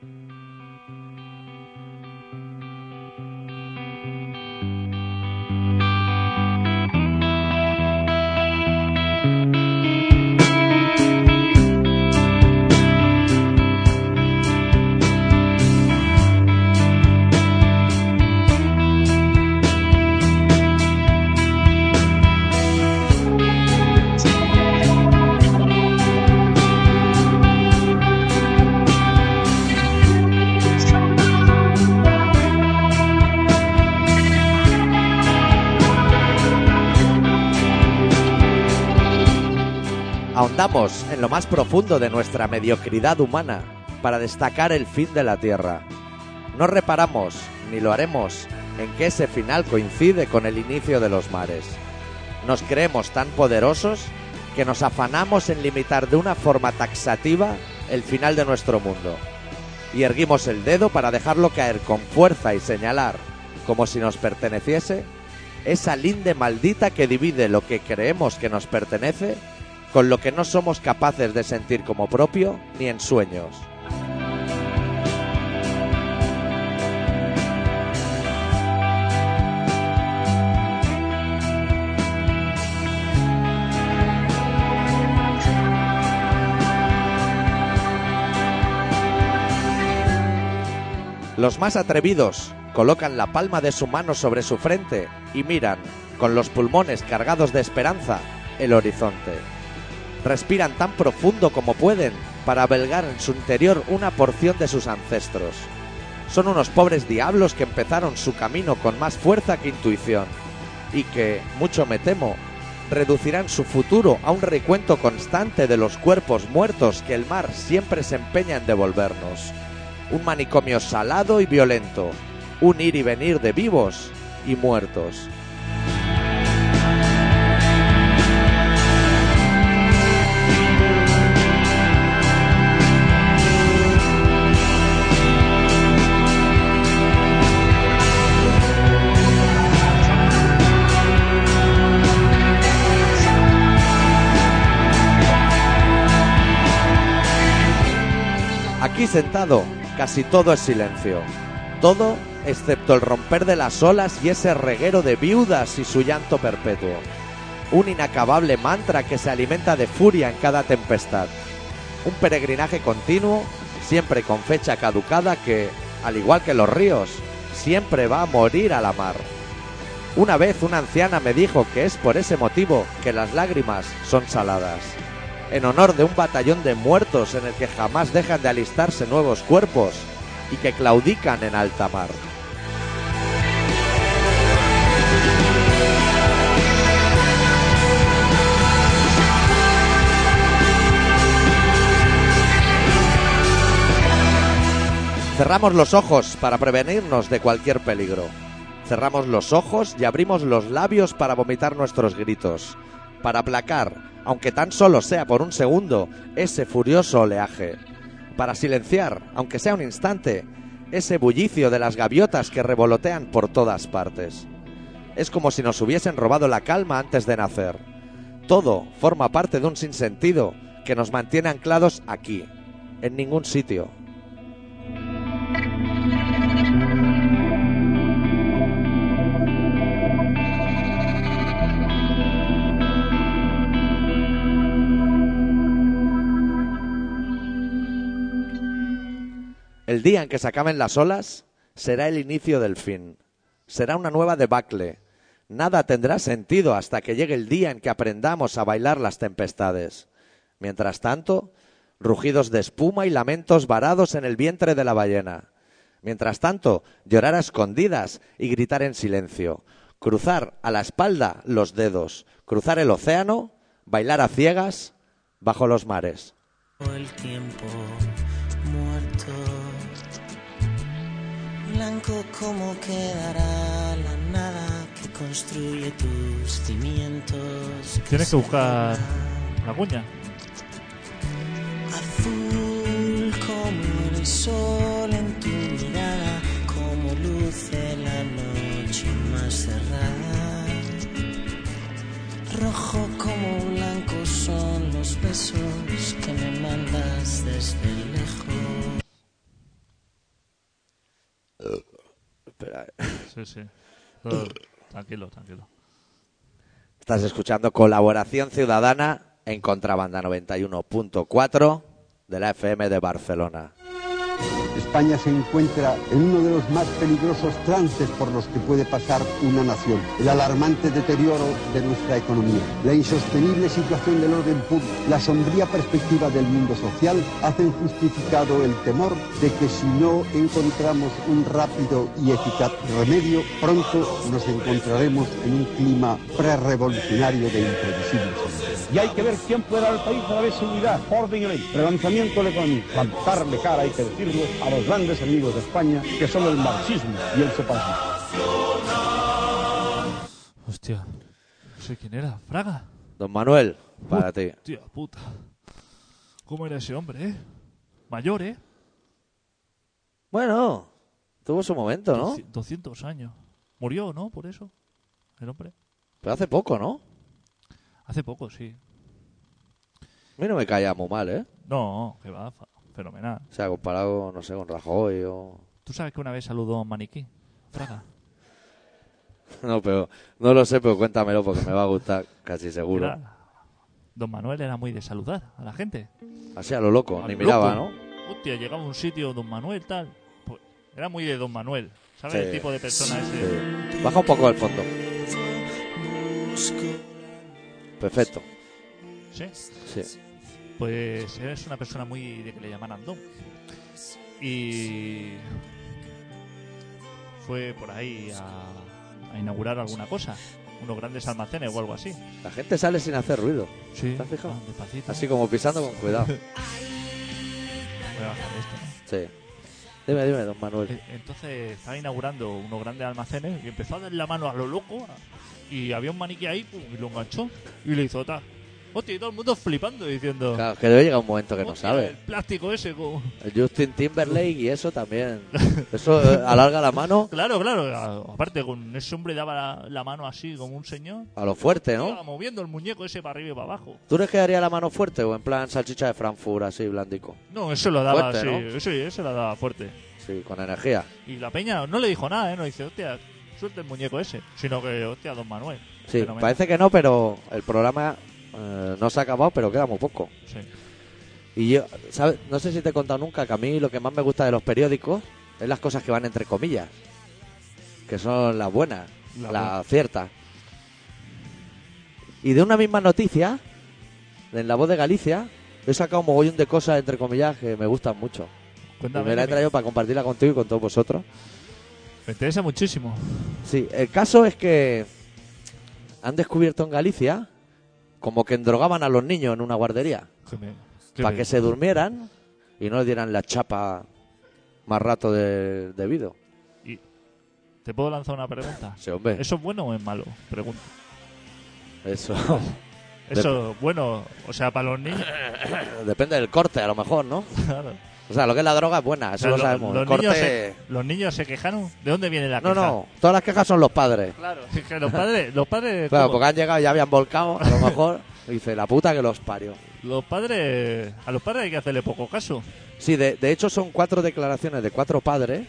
Speaker 2: Ahondamos en lo más profundo de nuestra mediocridad humana para destacar el fin de la Tierra. No reparamos, ni lo haremos, en que ese final coincide con el inicio de los mares. Nos creemos tan poderosos que nos afanamos en limitar de una forma taxativa el final de nuestro mundo. Y erguimos el dedo para dejarlo caer con fuerza y señalar, como si nos perteneciese, esa linde maldita que divide lo que creemos que nos pertenece con lo que no somos capaces de sentir como propio ni en sueños. Los más atrevidos colocan la palma de su mano sobre su frente y miran, con los pulmones cargados de esperanza, el horizonte. Respiran tan profundo como pueden para belgar en su interior una porción de sus ancestros. Son unos pobres diablos que empezaron su camino con más fuerza que intuición y que, mucho me temo, reducirán su futuro a un recuento constante de los cuerpos muertos que el mar siempre se empeña en devolvernos. Un manicomio salado y violento, un ir y venir de vivos y muertos. Aquí sentado, casi todo es silencio. Todo excepto el romper de las olas y ese reguero de viudas y su llanto perpetuo. Un inacabable mantra que se alimenta de furia en cada tempestad. Un peregrinaje continuo, siempre con fecha caducada que, al igual que los ríos, siempre va a morir a la mar. Una vez una anciana me dijo que es por ese motivo que las lágrimas son saladas en honor de un batallón de muertos en el que jamás dejan de alistarse nuevos cuerpos y que claudican en alta mar. Cerramos los ojos para prevenirnos de cualquier peligro. Cerramos los ojos y abrimos los labios para vomitar nuestros gritos, para aplacar, aunque tan solo sea por un segundo, ese furioso oleaje, para silenciar, aunque sea un instante, ese bullicio de las gaviotas que revolotean por todas partes. Es como si nos hubiesen robado la calma antes de nacer. Todo forma parte de un sinsentido que nos mantiene anclados aquí, en ningún sitio. El día en que se acaben las olas será el inicio del fin. Será una nueva debacle. Nada tendrá sentido hasta que llegue el día en que aprendamos a bailar las tempestades. Mientras tanto, rugidos de espuma y lamentos varados en el vientre de la ballena. Mientras tanto, llorar a escondidas y gritar en silencio. Cruzar a la espalda los dedos. Cruzar el océano. Bailar a ciegas bajo los mares.
Speaker 4: el tiempo muerto. Blanco como quedará la nada que construye tus cimientos.
Speaker 3: Tienes que buscar
Speaker 4: será
Speaker 3: la cuña.
Speaker 4: Azul como el sol en tu mirada, como luz en la noche más cerrada. Rojo como blanco son los besos que me mandas desde lejos.
Speaker 3: Sí, sí. Todo- Tranquilo, tranquilo.
Speaker 2: Estás escuchando Colaboración Ciudadana en Contrabanda 91.4 de la FM de Barcelona.
Speaker 5: España se encuentra en uno de los más peligrosos trances por los que puede pasar una nación, el alarmante deterioro de nuestra economía, la insostenible situación del orden público, la sombría perspectiva del mundo social hacen justificado el temor de que si no encontramos un rápido y eficaz remedio, pronto nos encontraremos en un clima prerevolucionario de imprevisibles.
Speaker 6: Y hay que ver quién puede dar al país a la vez seguridad, orden y ley. Relanzamiento le con plantarle cara, hay que decirlo, a los grandes enemigos de España, que son el marxismo y el separatismo.
Speaker 3: Hostia. No sé quién era. Fraga.
Speaker 2: Don Manuel, para ti.
Speaker 3: Hostia puta. ¿Cómo era ese hombre, eh? Mayor, eh.
Speaker 2: Bueno, tuvo su momento, ¿no?
Speaker 3: Doci- 200 años. Murió, ¿no? Por eso. El hombre.
Speaker 2: Pero hace poco, ¿no?
Speaker 3: Hace poco, sí.
Speaker 2: A mí no me caía muy mal, ¿eh?
Speaker 3: No, que va. fa- Fenomenal.
Speaker 2: O sea, comparado, no sé, con Rajoy o...
Speaker 3: ¿Tú sabes que una vez saludó a un maniquí? Fraga.
Speaker 2: No, pero no lo sé, pero cuéntamelo porque me va a gustar casi seguro.
Speaker 3: Era- Don Manuel era muy de saludar a la gente.
Speaker 2: Así a lo loco,
Speaker 3: Al
Speaker 2: ni
Speaker 3: loco.
Speaker 2: miraba, ¿no?
Speaker 3: Hostia, llegaba a un sitio, Don Manuel, tal. Pues, era muy de Don Manuel. ¿Sabes
Speaker 2: Sí.
Speaker 3: el tipo de persona ese?
Speaker 2: Sí. Baja un poco el fondo. Perfecto,
Speaker 3: Sí.
Speaker 2: sí.
Speaker 3: Pues eres una persona muy de que le llamaran Don. Y fue por ahí a, a inaugurar alguna cosa, unos grandes almacenes o algo así.
Speaker 2: La gente sale sin hacer ruido,
Speaker 3: Sí,
Speaker 2: ¿Te has fijado?
Speaker 3: van despacito.
Speaker 2: así como pisando con cuidado.
Speaker 3: Voy a bajar esto.
Speaker 2: Sí. Dime, dime, don Manuel.
Speaker 3: E- Entonces estaba inaugurando unos grandes almacenes y empezó a dar la mano a lo loco. a- Y había un maniquí ahí pum, y lo enganchó y le hizo tal. Hostia, y todo el mundo flipando diciendo.
Speaker 2: Claro, que debe llegar un momento que no
Speaker 3: "Hostia, El
Speaker 2: sabe.
Speaker 3: plástico ese, como.
Speaker 2: El Justin Timberlake y eso también. Eso eh, alarga la mano
Speaker 3: Claro, claro. a- Aparte, con ese hombre daba la, la mano así, como un señor.
Speaker 2: a lo fuerte,
Speaker 3: Iba
Speaker 2: ¿no?
Speaker 3: moviendo el muñeco ese para arriba y para abajo.
Speaker 2: ¿Tú les quedaría la mano fuerte o en plan salchicha de Frankfurt así, blandico?
Speaker 3: No, eso lo daba
Speaker 2: Fuerte,
Speaker 3: así.
Speaker 2: ¿no?
Speaker 3: Sí, eso lo daba fuerte.
Speaker 2: Sí, con energía.
Speaker 3: Y la peña no le dijo nada, ¿eh? No dice, hostia, suelta el muñeco ese. Sino que, hostia, don Manuel.
Speaker 2: Sí,
Speaker 3: Fenomenal.
Speaker 2: parece que no, pero el programa eh, no se ha acabado, pero queda muy poco.
Speaker 3: Sí.
Speaker 2: Y yo, ¿sabes? No sé si te he contado nunca que a mí lo que más me gusta de los periódicos es las cosas que van entre comillas, que son las buenas,
Speaker 3: La
Speaker 2: las ciertas. Y de una misma noticia, en La Voz de Galicia, he sacado un mogollón de cosas entre comillas que me gustan mucho. Y
Speaker 3: Cuéntame.
Speaker 2: me la he
Speaker 3: Nemi.
Speaker 2: traído para compartirla contigo y con todos vosotros.
Speaker 3: Me interesa muchísimo.
Speaker 2: Sí, el caso es que han descubierto en Galicia como que endrogaban a los niños en una guardería.
Speaker 3: Que me- que
Speaker 2: para
Speaker 3: me-
Speaker 2: que se durmieran y no le dieran la chapa más rato de, debido.
Speaker 3: ¿Te puedo lanzar una pregunta?
Speaker 2: Sí, hombre,
Speaker 3: ¿Eso es bueno o es malo? Pregunta.
Speaker 2: eso
Speaker 3: ¿Eso es bueno? O sea, para los niños.
Speaker 2: depende del corte, a lo mejor, ¿no?
Speaker 3: Claro.
Speaker 2: O sea, lo que es la droga es buena,
Speaker 3: O
Speaker 2: eso
Speaker 3: sea,
Speaker 2: lo
Speaker 3: lo-
Speaker 2: sabemos.
Speaker 3: Los,
Speaker 2: el corte...
Speaker 3: niños se, ¿Los niños se quejaron? ¿De dónde viene la
Speaker 2: No,
Speaker 3: queja?
Speaker 2: no, todas las quejas son los padres.
Speaker 3: Claro. Es que los padres. Los padres
Speaker 2: Claro,
Speaker 3: ¿cómo?
Speaker 2: porque han llegado y ya habían volcado, a lo mejor, y dice, la puta que los parió.
Speaker 3: Los padres. A los padres hay que hacerle poco caso.
Speaker 2: Sí, de, de hecho son cuatro declaraciones de cuatro padres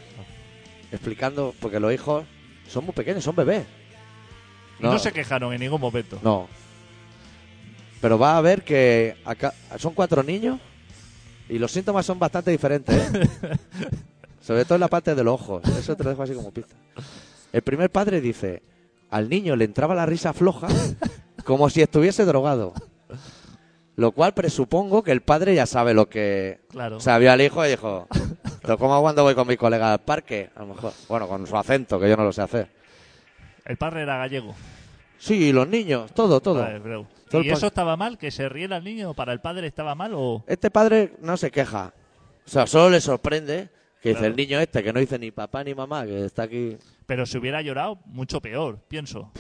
Speaker 2: explicando, porque los hijos son muy pequeños, son bebés.
Speaker 3: Y No, se quejaron en ningún momento.
Speaker 2: No. Pero va a ver que acá- son cuatro niños y los síntomas son bastante diferentes. ¿eh? Sobre todo en la parte del ojo. Eso te lo dejo así como pista. El primer padre dice, al niño le entraba la risa floja como si estuviese drogado. Lo cual presupongo que el padre ya sabe lo que...
Speaker 3: Claro.
Speaker 2: Sabió al hijo y dijo, lo como cuando voy con mis colegas al parque, a lo mejor. Bueno, con su acento, que yo no lo sé hacer.
Speaker 3: El padre era gallego.
Speaker 2: Sí, los niños, todo, todo.
Speaker 3: Vale, creo.
Speaker 2: Todo el
Speaker 3: ¿Y
Speaker 2: pa-
Speaker 3: eso estaba mal? ¿Que se riera el niño? ¿Para el padre estaba mal o.?
Speaker 2: Este padre no se queja. O sea, solo le sorprende que dice
Speaker 3: Claro.
Speaker 2: el niño este, que no dice ni papá ni mamá, que está aquí,
Speaker 3: Pero si hubiera llorado, mucho peor, pienso.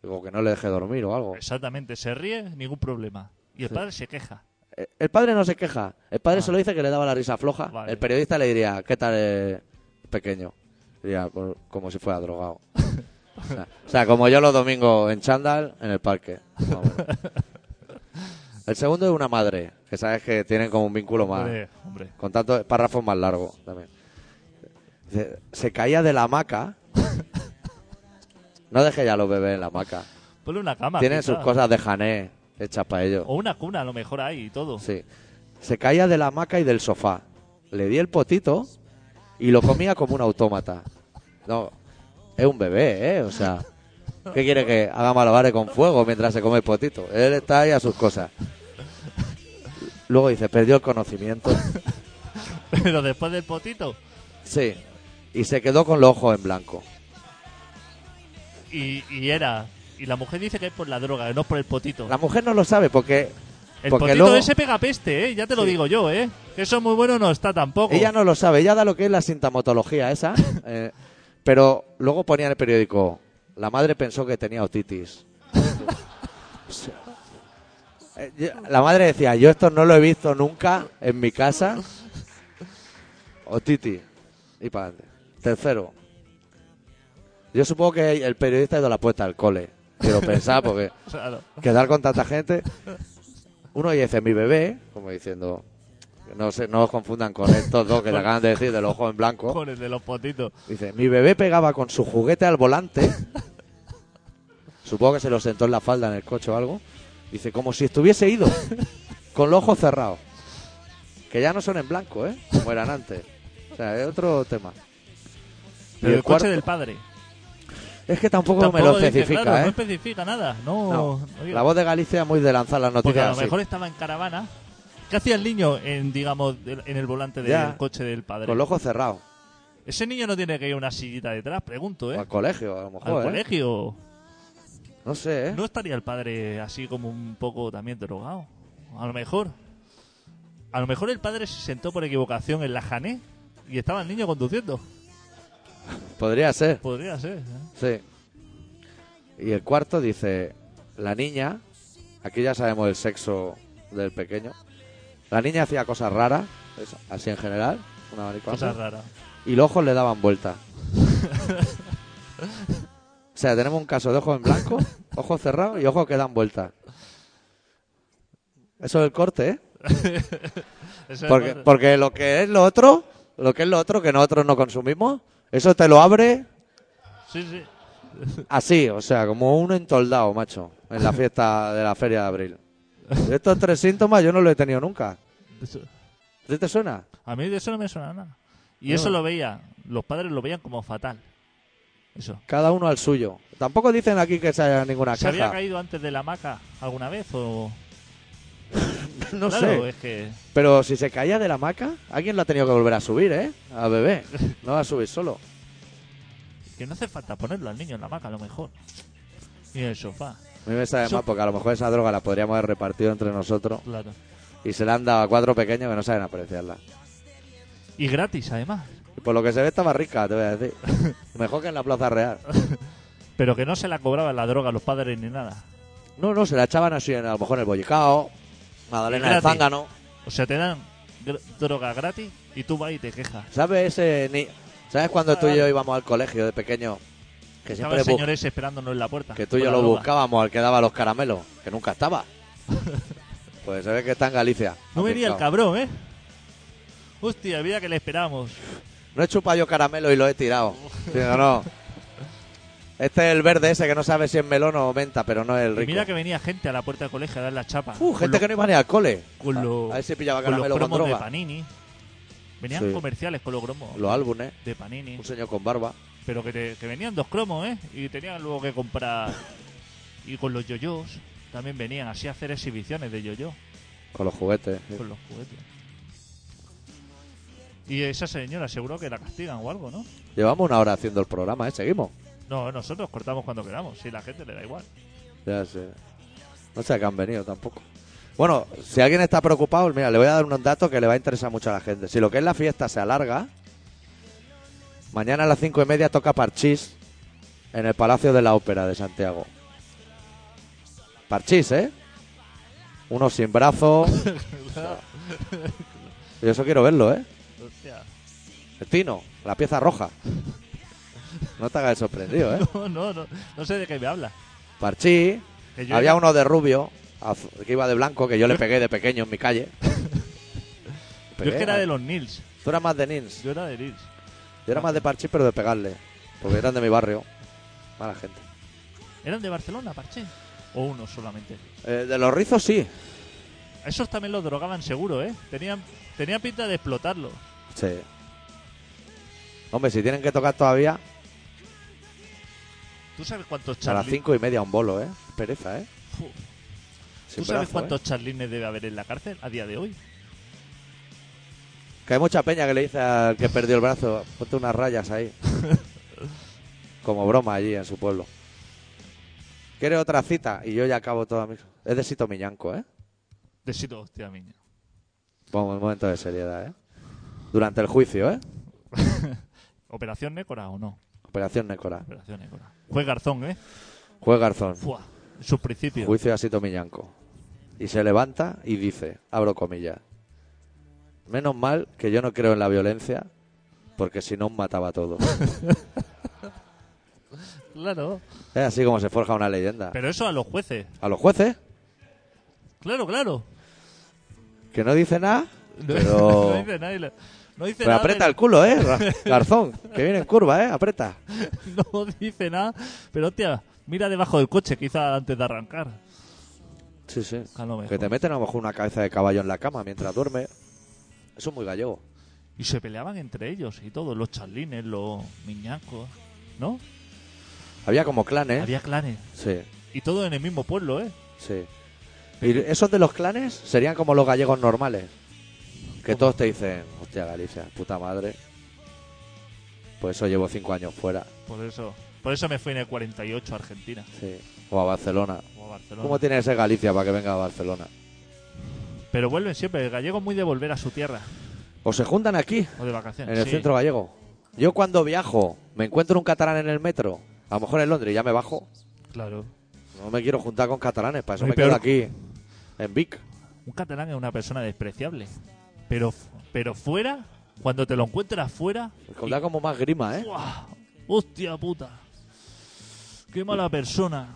Speaker 2: digo que no le deje dormir o algo.
Speaker 3: Exactamente, se ríe, ningún problema. Y el padre se queja.
Speaker 2: Eh, El padre no se queja. El padre
Speaker 3: Ah.
Speaker 2: solo dice que le daba la risa floja.
Speaker 3: Vale.
Speaker 2: El periodista le diría, ¿qué tal eh, pequeño? Diría, "Pues, como si fuera drogado. o, sea, o sea, como yo los domingos en chándal, en el parque. Más o menos. El segundo es una madre, que sabes que tienen como un vínculo más...
Speaker 3: Hombre, hombre.
Speaker 2: Con tantos párrafos más largos también. Dice, se caía de la hamaca. No deje ya a los bebés en la hamaca.
Speaker 3: Ponle una cama.
Speaker 2: Tienen
Speaker 3: quizá.
Speaker 2: sus cosas de jané hechas para ellos.
Speaker 3: O una cuna, a lo mejor ahí y todo.
Speaker 2: Sí. Se caía de la hamaca y del sofá. Le di el potito y lo comía como un autómata. No, es un bebé, ¿eh? O sea, ¿qué quiere que haga malabares con fuego mientras se come el potito? Él está ahí a sus cosas. Luego dice, perdió el conocimiento.
Speaker 3: Pero después del potito.
Speaker 2: Sí. Y se quedó con los ojos en blanco.
Speaker 3: Y, y era. Y la mujer dice que es por la droga, que no es por el potito.
Speaker 2: La mujer no lo sabe porque,
Speaker 3: el
Speaker 2: porque
Speaker 3: potito
Speaker 2: luego
Speaker 3: ese pega peste, ¿eh? Ya te lo
Speaker 2: Sí.
Speaker 3: digo yo, ¿eh? Que eso muy bueno no está tampoco.
Speaker 2: ella no lo sabe. Ella da lo que es la sintomatología esa. eh, pero luego ponía en el periódico, la madre pensó que tenía otitis. O sea, eh, yo- la madre decía, yo esto no lo he visto nunca en mi casa. Otitis. Y para adelante. Tercero. Yo supongo que el periodista ha ido a la puerta al cole. Quiero pensar porque...
Speaker 3: Claro.
Speaker 2: quedar con tanta gente. Uno dice mi bebé, como diciendo, que no se, no os confundan con estos dos que le acaban de decir del ojo en blanco.
Speaker 3: Con el de los potitos.
Speaker 2: Dice, mi bebé pegaba con su juguete al volante. Supongo que se lo sentó en la falda en el coche o algo. Dice, como si estuviese ido, con los ojos cerrados. Que ya no son en blanco, ¿eh? Como eran antes. O sea, es otro tema.
Speaker 3: Pero el,
Speaker 2: cuarto-
Speaker 3: coche del padre.
Speaker 2: Es que tampoco, me
Speaker 3: Tampoco
Speaker 2: lo
Speaker 3: dice,
Speaker 2: especifica,
Speaker 3: claro, No
Speaker 2: ¿eh?
Speaker 3: especifica nada. No.
Speaker 2: No.
Speaker 3: oye,
Speaker 2: La voz de Galicia es muy de lanzar las noticias
Speaker 3: porque a lo
Speaker 2: así.
Speaker 3: mejor estaba en caravana. ¿Qué hacía el niño en, digamos, del- en el volante del
Speaker 2: Ya.
Speaker 3: coche del padre?
Speaker 2: Con los ojos cerrados.
Speaker 3: Ese niño no tiene que ir a una sillita detrás, pregunto,
Speaker 2: O
Speaker 3: ¿eh?
Speaker 2: al colegio, a lo mejor.
Speaker 3: Al
Speaker 2: ¿eh?
Speaker 3: colegio.
Speaker 2: No sé, ¿eh?
Speaker 3: ¿No estaría el padre así como un poco también drogado? A lo mejor. A lo mejor el padre se sentó por equivocación en la Jané y estaba el niño conduciendo.
Speaker 2: Podría ser,
Speaker 3: Podría ser. ¿eh?
Speaker 2: sí. Y el cuarto dice, la niña, aquí ya sabemos el sexo del pequeño, la niña hacía cosas raras, eso, así en general, una abanico
Speaker 3: Cosa
Speaker 2: amplio,
Speaker 3: rara.
Speaker 2: y los ojos le daban vuelta. o sea, tenemos un caso de ojos en blanco, ojos cerrados y ojos que dan vuelta. Eso es el corte, ¿eh?
Speaker 3: Eso es
Speaker 2: Porque,
Speaker 3: más-
Speaker 2: porque lo que es lo otro, lo que es lo otro que nosotros no consumimos, eso te lo abre
Speaker 3: Sí, sí.
Speaker 2: Así, o sea, como un entoldado, macho, en la fiesta de la feria de abril. De Estos tres síntomas yo no los he tenido nunca.
Speaker 3: Eso-
Speaker 2: ¿A ti te suena?
Speaker 3: A mí de eso no me suena nada. Y
Speaker 2: No.
Speaker 3: eso lo veía. Los padres lo veían como fatal. Eso.
Speaker 2: Cada uno al suyo. Tampoco dicen aquí que sea ninguna
Speaker 3: ¿Se había
Speaker 2: caja.
Speaker 3: caído antes de la hamaca alguna vez o...?
Speaker 2: No
Speaker 3: claro, eh.
Speaker 2: sé.
Speaker 3: es que...
Speaker 2: Pero si se caía de la maca, alguien lo ha tenido que volver a subir, ¿eh? A bebé. No va a subir solo.
Speaker 3: Que no hace falta ponerlo al niño en la hamaca, a lo mejor. Ni en el sofá.
Speaker 2: A mí me sabe
Speaker 3: Eso-
Speaker 2: mal porque a lo mejor esa droga la podríamos haber repartido entre nosotros
Speaker 3: Claro.
Speaker 2: y se la han dado a cuatro pequeños que no saben apreciarla.
Speaker 3: Y gratis, además.
Speaker 2: Y por lo que se ve estaba rica, te voy a decir. Mejor que en la Plaza Real.
Speaker 3: Pero que no se la cobraban la droga a los padres ni nada.
Speaker 2: No, no, se la echaban así, en- a lo mejor en el bollicao, Madalena de
Speaker 3: Gratis.
Speaker 2: Zángano.
Speaker 3: O sea, te dan gr- droga gratis y tú vas y te quejas.
Speaker 2: ¿Sabes ese ni- ¿Sabes cuando tú y yo íbamos al colegio de pequeño? Que
Speaker 3: Estaba
Speaker 2: siempre
Speaker 3: el
Speaker 2: bu-
Speaker 3: señor ese esperándonos en la puerta.
Speaker 2: que tú y
Speaker 3: con
Speaker 2: yo
Speaker 3: la
Speaker 2: lo
Speaker 3: droga.
Speaker 2: buscábamos al que daba los caramelos, que nunca estaba. Pues se ve que está en Galicia.
Speaker 3: No venía el
Speaker 2: Afincao.
Speaker 3: cabrón, ¿eh? Hostia, mira que le esperamos.
Speaker 2: No he chupado yo caramelo y lo he tirado. Sí, no, no. Este es el verde ese que no sabe si es melón o menta, pero no es el
Speaker 3: Y
Speaker 2: rico.
Speaker 3: Pues mira que venía gente a la puerta del colegio a dar la chapa.
Speaker 2: Uh,
Speaker 3: Con
Speaker 2: gente
Speaker 3: los-
Speaker 2: que no iba ni al cole.
Speaker 3: con,
Speaker 2: A-
Speaker 3: los-
Speaker 2: a ver si pillaba
Speaker 3: con los
Speaker 2: caramelo con
Speaker 3: cromos de
Speaker 2: droga.
Speaker 3: Panini. Venían
Speaker 2: Sí.
Speaker 3: comerciales con los cromos
Speaker 2: Los álbumes.
Speaker 3: de Panini.
Speaker 2: Un señor con barba.
Speaker 3: Pero que, te- que venían dos cromos, ¿eh? Y tenían luego que comprar. Y con los yoyos también venían así a hacer exhibiciones de yoyo
Speaker 2: Con los juguetes. sí.
Speaker 3: con los juguetes. Y esa señora seguro que la castigan o algo, ¿no?
Speaker 2: Llevamos una hora haciendo el programa, ¿eh? Seguimos.
Speaker 3: No, nosotros cortamos cuando queramos, si la gente le da igual.
Speaker 2: Ya sé. No sé a qué han venido tampoco. Bueno, si alguien está preocupado, mira, le voy a dar unos datos que le va a interesar mucho a la gente. Si lo que es la fiesta se alarga, mañana a las cinco y media toca Parchís en el Palacio de la Ópera de Santiago. Parchís, ¿eh? Uno sin brazo. Yo eso quiero verlo, ¿eh?
Speaker 3: Hostia.
Speaker 2: El Tino, la pieza roja. No te hagas el sorprendido, ¿eh?
Speaker 3: No, no, no, no sé de qué me habla.
Speaker 2: Parchís,
Speaker 3: Que yo
Speaker 2: Había
Speaker 3: era-
Speaker 2: uno de rubio, azu- que iba de blanco, que yo le pegué de pequeño en mi calle.
Speaker 3: Yo es
Speaker 2: Pegué,
Speaker 3: que era
Speaker 2: ¿no?
Speaker 3: de los Nils.
Speaker 2: Tú eras más de Nins.
Speaker 3: Yo era de Nils.
Speaker 2: Yo era más de Parchís, pero de pegarle. Porque eran de mi barrio. Mala gente.
Speaker 3: ¿Eran de Barcelona, Parche? ¿O uno solamente?
Speaker 2: Eh, de los rizos, sí.
Speaker 3: A Esos también los drogaban seguro, ¿eh? Tenían, tenía pinta de explotarlo.
Speaker 2: Sí. Hombre, si tienen que tocar todavía,
Speaker 3: ¿Tú sabes cuántos
Speaker 2: a las
Speaker 3: charlines...
Speaker 2: cinco y media un bolo, ¿eh? Pereza, ¿eh? Sin
Speaker 3: ¿Tú sabes
Speaker 2: brazo,
Speaker 3: cuántos
Speaker 2: ¿eh?
Speaker 3: charlines debe haber en la cárcel a día de hoy?
Speaker 2: Que hay mucha peña que le dice al que perdió el brazo, ponte unas rayas ahí. Como broma allí en su pueblo. ¿Quiere otra cita? Y yo ya acabo toda mi... Es de Sito Miñanco, ¿eh?
Speaker 3: De sitio, hostia, miña.
Speaker 2: Pongo un momento de seriedad, ¿eh? Durante el juicio, ¿eh?
Speaker 3: ¿Operación Nécora o no?
Speaker 2: Operación Nécora.
Speaker 3: Operación Nécora. Juez Garzón, ¿eh?
Speaker 2: Juez Garzón.
Speaker 3: Fua. En sus principios.
Speaker 2: Juicio a Sito Miñanco. Y se levanta y dice, abro comillas, menos mal que yo no creo en la violencia, porque si no, mataba a todos.
Speaker 3: Claro.
Speaker 2: es así como se forja una leyenda.
Speaker 3: Ah. Pero eso a los jueces.
Speaker 2: A los jueces,
Speaker 3: Claro, claro.
Speaker 2: que no dice nada,
Speaker 3: No,
Speaker 2: pero...
Speaker 3: no dice nadie. No dice
Speaker 2: Pero
Speaker 3: nada.
Speaker 2: aprieta
Speaker 3: de-
Speaker 2: el culo, ¿eh? Ra- Garzón, que viene en curva, ¿eh? Aprieta.
Speaker 3: No dice nada. Pero, hostia, mira debajo del coche, quizá antes de arrancar.
Speaker 2: Sí, sí.
Speaker 3: A lo mejor.
Speaker 2: Que te meten a lo mejor una cabeza de caballo en la cama mientras duerme. Eso es muy gallego.
Speaker 3: Y se peleaban entre ellos y todo. Los charlines, los miñancos. ¿No?
Speaker 2: Había como clanes.
Speaker 3: Había clanes.
Speaker 2: Sí,
Speaker 3: Y todo en el mismo pueblo, ¿eh?
Speaker 2: sí. Y esos de los clanes serían como los gallegos normales. Que
Speaker 3: ¿Cómo?
Speaker 2: todos te dicen, hostia Galicia, puta madre. Por eso llevo cinco años fuera.
Speaker 3: Por eso. Por eso me fui en el 48 a Argentina.
Speaker 2: Sí. O a Barcelona.
Speaker 3: O a Barcelona.
Speaker 2: ¿Cómo tiene ese Galicia para que venga a Barcelona?
Speaker 3: Pero vuelven siempre. El gallego es muy de volver a su tierra.
Speaker 2: O se juntan aquí,
Speaker 3: O de vacaciones.
Speaker 2: en el
Speaker 3: Sí.
Speaker 2: centro gallego. Yo cuando viajo, me encuentro un catalán en el metro, a lo mejor en Londres, y ya me bajo.
Speaker 3: Claro.
Speaker 2: No me quiero juntar con catalanes, para eso
Speaker 3: No hay
Speaker 2: me quedo
Speaker 3: peor-
Speaker 2: aquí, en Vic.
Speaker 3: Un catalán es una persona despreciable. Pero, pero fuera, cuando te lo encuentras fuera.
Speaker 2: Me da como más grima, ¿eh?
Speaker 3: ¡buah! ¡Hostia puta! ¡Qué mala persona!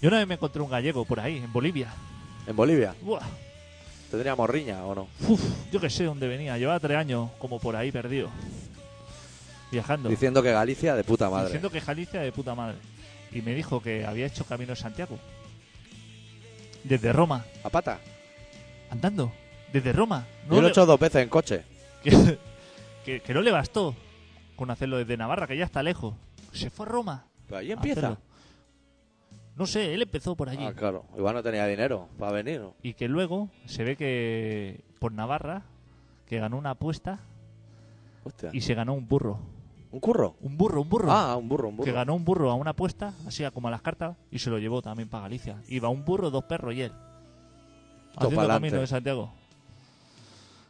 Speaker 3: Yo una vez me encontré un gallego por ahí, en Bolivia.
Speaker 2: En Bolivia.
Speaker 3: ¡Buah!
Speaker 2: ¿Tendría morriña o no?
Speaker 3: Uf, yo que sé dónde venía. Llevaba tres años como por ahí perdido. Viajando.
Speaker 2: Diciendo que Galicia de puta madre.
Speaker 3: Diciendo que Jalicia de puta madre. Y me dijo que había hecho camino de Santiago. Desde Roma.
Speaker 2: A pata.
Speaker 3: Andando. Desde Roma.
Speaker 2: Yo lo
Speaker 3: le-
Speaker 2: he hecho dos veces en coche.
Speaker 3: que, que- que no le bastó con hacerlo desde Navarra, que ya está lejos. Se fue a Roma.
Speaker 2: Pero ahí
Speaker 3: a
Speaker 2: empieza.
Speaker 3: Ah, hacerlo. No sé, él empezó por allí.
Speaker 2: Ah, claro. Igual no tenía dinero para venir. ¿no?
Speaker 3: Y que luego se ve que por Navarra, que ganó una apuesta
Speaker 2: Hostia.
Speaker 3: y se ganó un burro.
Speaker 2: ¿Un curro?
Speaker 3: Un burro, un burro.
Speaker 2: Ah, un burro, un
Speaker 3: Que
Speaker 2: burro.
Speaker 3: ganó un burro a una apuesta, así como a las cartas, y se lo llevó también para Galicia. Iba un burro, dos perros y él. Haciendo
Speaker 2: pa'lante.
Speaker 3: camino de Santiago.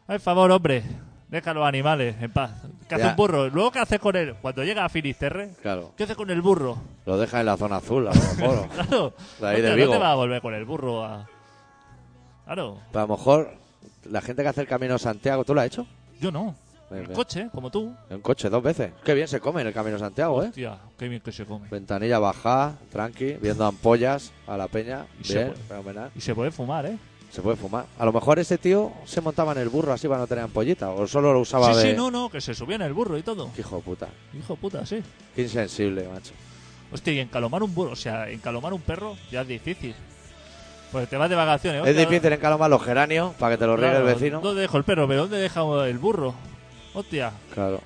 Speaker 3: Ay, favor, hombre. Deja a los animales en paz. ¿Qué hace
Speaker 2: Ya.
Speaker 3: un burro? Luego, ¿qué hace con él? Cuando llega a Finisterre,
Speaker 2: Claro.
Speaker 3: ¿qué hace con el burro?
Speaker 2: Lo deja en la zona azul, a lo mejor.
Speaker 3: Claro.
Speaker 2: De ahí de
Speaker 3: no, te, no
Speaker 2: Vigo.
Speaker 3: te vas a volver con el burro a. Claro.
Speaker 2: Pero a lo mejor la gente que hace el camino de Santiago, ¿tú lo has hecho?
Speaker 3: Yo no.
Speaker 2: Bien,
Speaker 3: En
Speaker 2: bien.
Speaker 3: coche, como tú.
Speaker 2: En coche, dos veces. Qué bien se come en el Camino de Santiago, ¿eh?
Speaker 3: Hostia, qué bien que se come.
Speaker 2: Ventanilla baja, tranqui, viendo ampollas a la peña.
Speaker 3: Y se
Speaker 2: Bien,
Speaker 3: puede.
Speaker 2: fenomenal.
Speaker 3: Y se puede fumar, ¿eh?
Speaker 2: Se puede fumar. A lo mejor ese tío se montaba en el burro así para no tener ampollita. O solo lo usaba
Speaker 3: Sí,
Speaker 2: de...
Speaker 3: sí, no, no, que se subía en el burro y todo.
Speaker 2: Qué hijo de puta.
Speaker 3: Hijo de puta, sí.
Speaker 2: Qué insensible, macho.
Speaker 3: Hostia, y encalomar un burro, o sea, encalomar un perro ya es difícil. Pues te vas de vacaciones.
Speaker 2: Es
Speaker 3: hostia,
Speaker 2: difícil encalomar los geranios para que te lo riegue
Speaker 3: claro,
Speaker 2: el vecino.
Speaker 3: ¿Dónde dejo el perro? ¿Pero dónde dejo el burro? Hostia,
Speaker 2: Claro.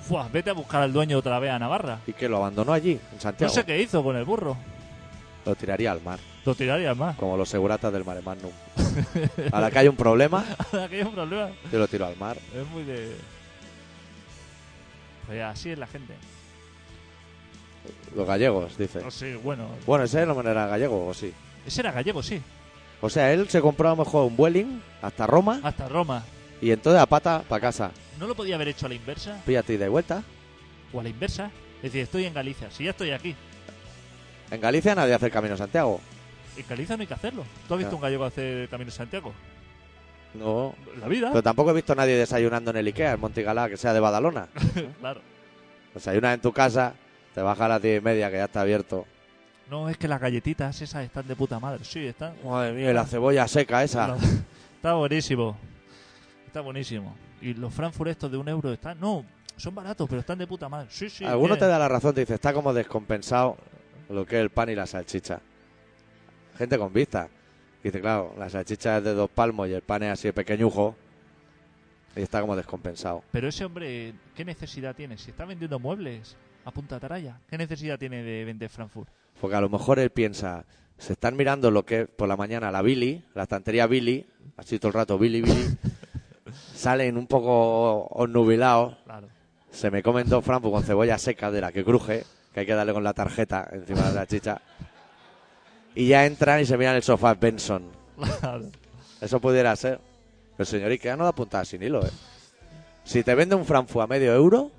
Speaker 3: fuah, vete a buscar al dueño otra vez a Navarra.
Speaker 2: Y que lo abandonó allí, en
Speaker 3: No
Speaker 2: Santiago.
Speaker 3: sé qué hizo con el burro.
Speaker 2: Lo tiraría al mar,
Speaker 3: Lo tiraría más.
Speaker 2: como los seguratas del Mare Magnum. Ahora que hay un problema,
Speaker 3: Aquí hay un problema.
Speaker 2: yo lo tiro al mar.
Speaker 3: Es muy de. Pues así es la gente.
Speaker 2: Los gallegos, dice.
Speaker 3: No sé, bueno.
Speaker 2: Bueno, ese no era gallego, o sí.
Speaker 3: Ese era gallego, sí.
Speaker 2: O sea, él se compró a lo mejor un Vueling hasta Roma
Speaker 3: Hasta Roma.
Speaker 2: y entonces a pata para casa.
Speaker 3: ¿No lo podía haber hecho a la inversa?
Speaker 2: Píllate y de vuelta.
Speaker 3: O a la inversa. Es decir, estoy en Galicia. Si ya estoy aquí.
Speaker 2: En Galicia nadie hace el camino a Santiago.
Speaker 3: En Galicia no hay que hacerlo. ¿Tú has visto
Speaker 2: Ya.
Speaker 3: un gallego hacer el camino de Santiago?
Speaker 2: No.
Speaker 3: La vida.
Speaker 2: Pero tampoco he visto a nadie desayunando en el Ikea, en Montigalá, que sea de Badalona.
Speaker 3: Claro.
Speaker 2: Desayunas en tu casa, te bajas a las diez y media, que ya está abierto.
Speaker 3: No, es que las galletitas esas están de puta madre. Sí, están.
Speaker 2: Madre mía, y la cebolla seca esa.
Speaker 3: Está buenísimo. Está buenísimo. Y los Frankfurt estos de un euro están. No, son baratos, pero están de puta madre. Sí, sí.
Speaker 2: Alguno
Speaker 3: tienen-
Speaker 2: te da la razón, te dice, está como descompensado lo que es el pan y la salchicha. Gente con vista. Dice, claro, la salchicha es de dos palmos y el pan es así de pequeñujo. Y está como descompensado.
Speaker 3: Pero ese hombre, ¿qué necesidad tiene? Si está vendiendo muebles a punta taraya, ¿qué necesidad tiene de vender Frankfurt?
Speaker 2: Porque a lo mejor él piensa, se están mirando lo que es por la mañana la Billy, la estantería Billy, así todo el rato Billy, Billy. Salen un poco onnubilados,
Speaker 3: Claro.
Speaker 2: se me comen dos frampos con cebolla seca de la que cruje, que hay que darle con la tarjeta encima de la chicha. Y ya entran y se miran el sofá Benson.
Speaker 3: Claro.
Speaker 2: Eso pudiera ser. Pero señor Ikea no da puntada sin hilo, ¿eh? Si te vende un Frankfurt a medio euro,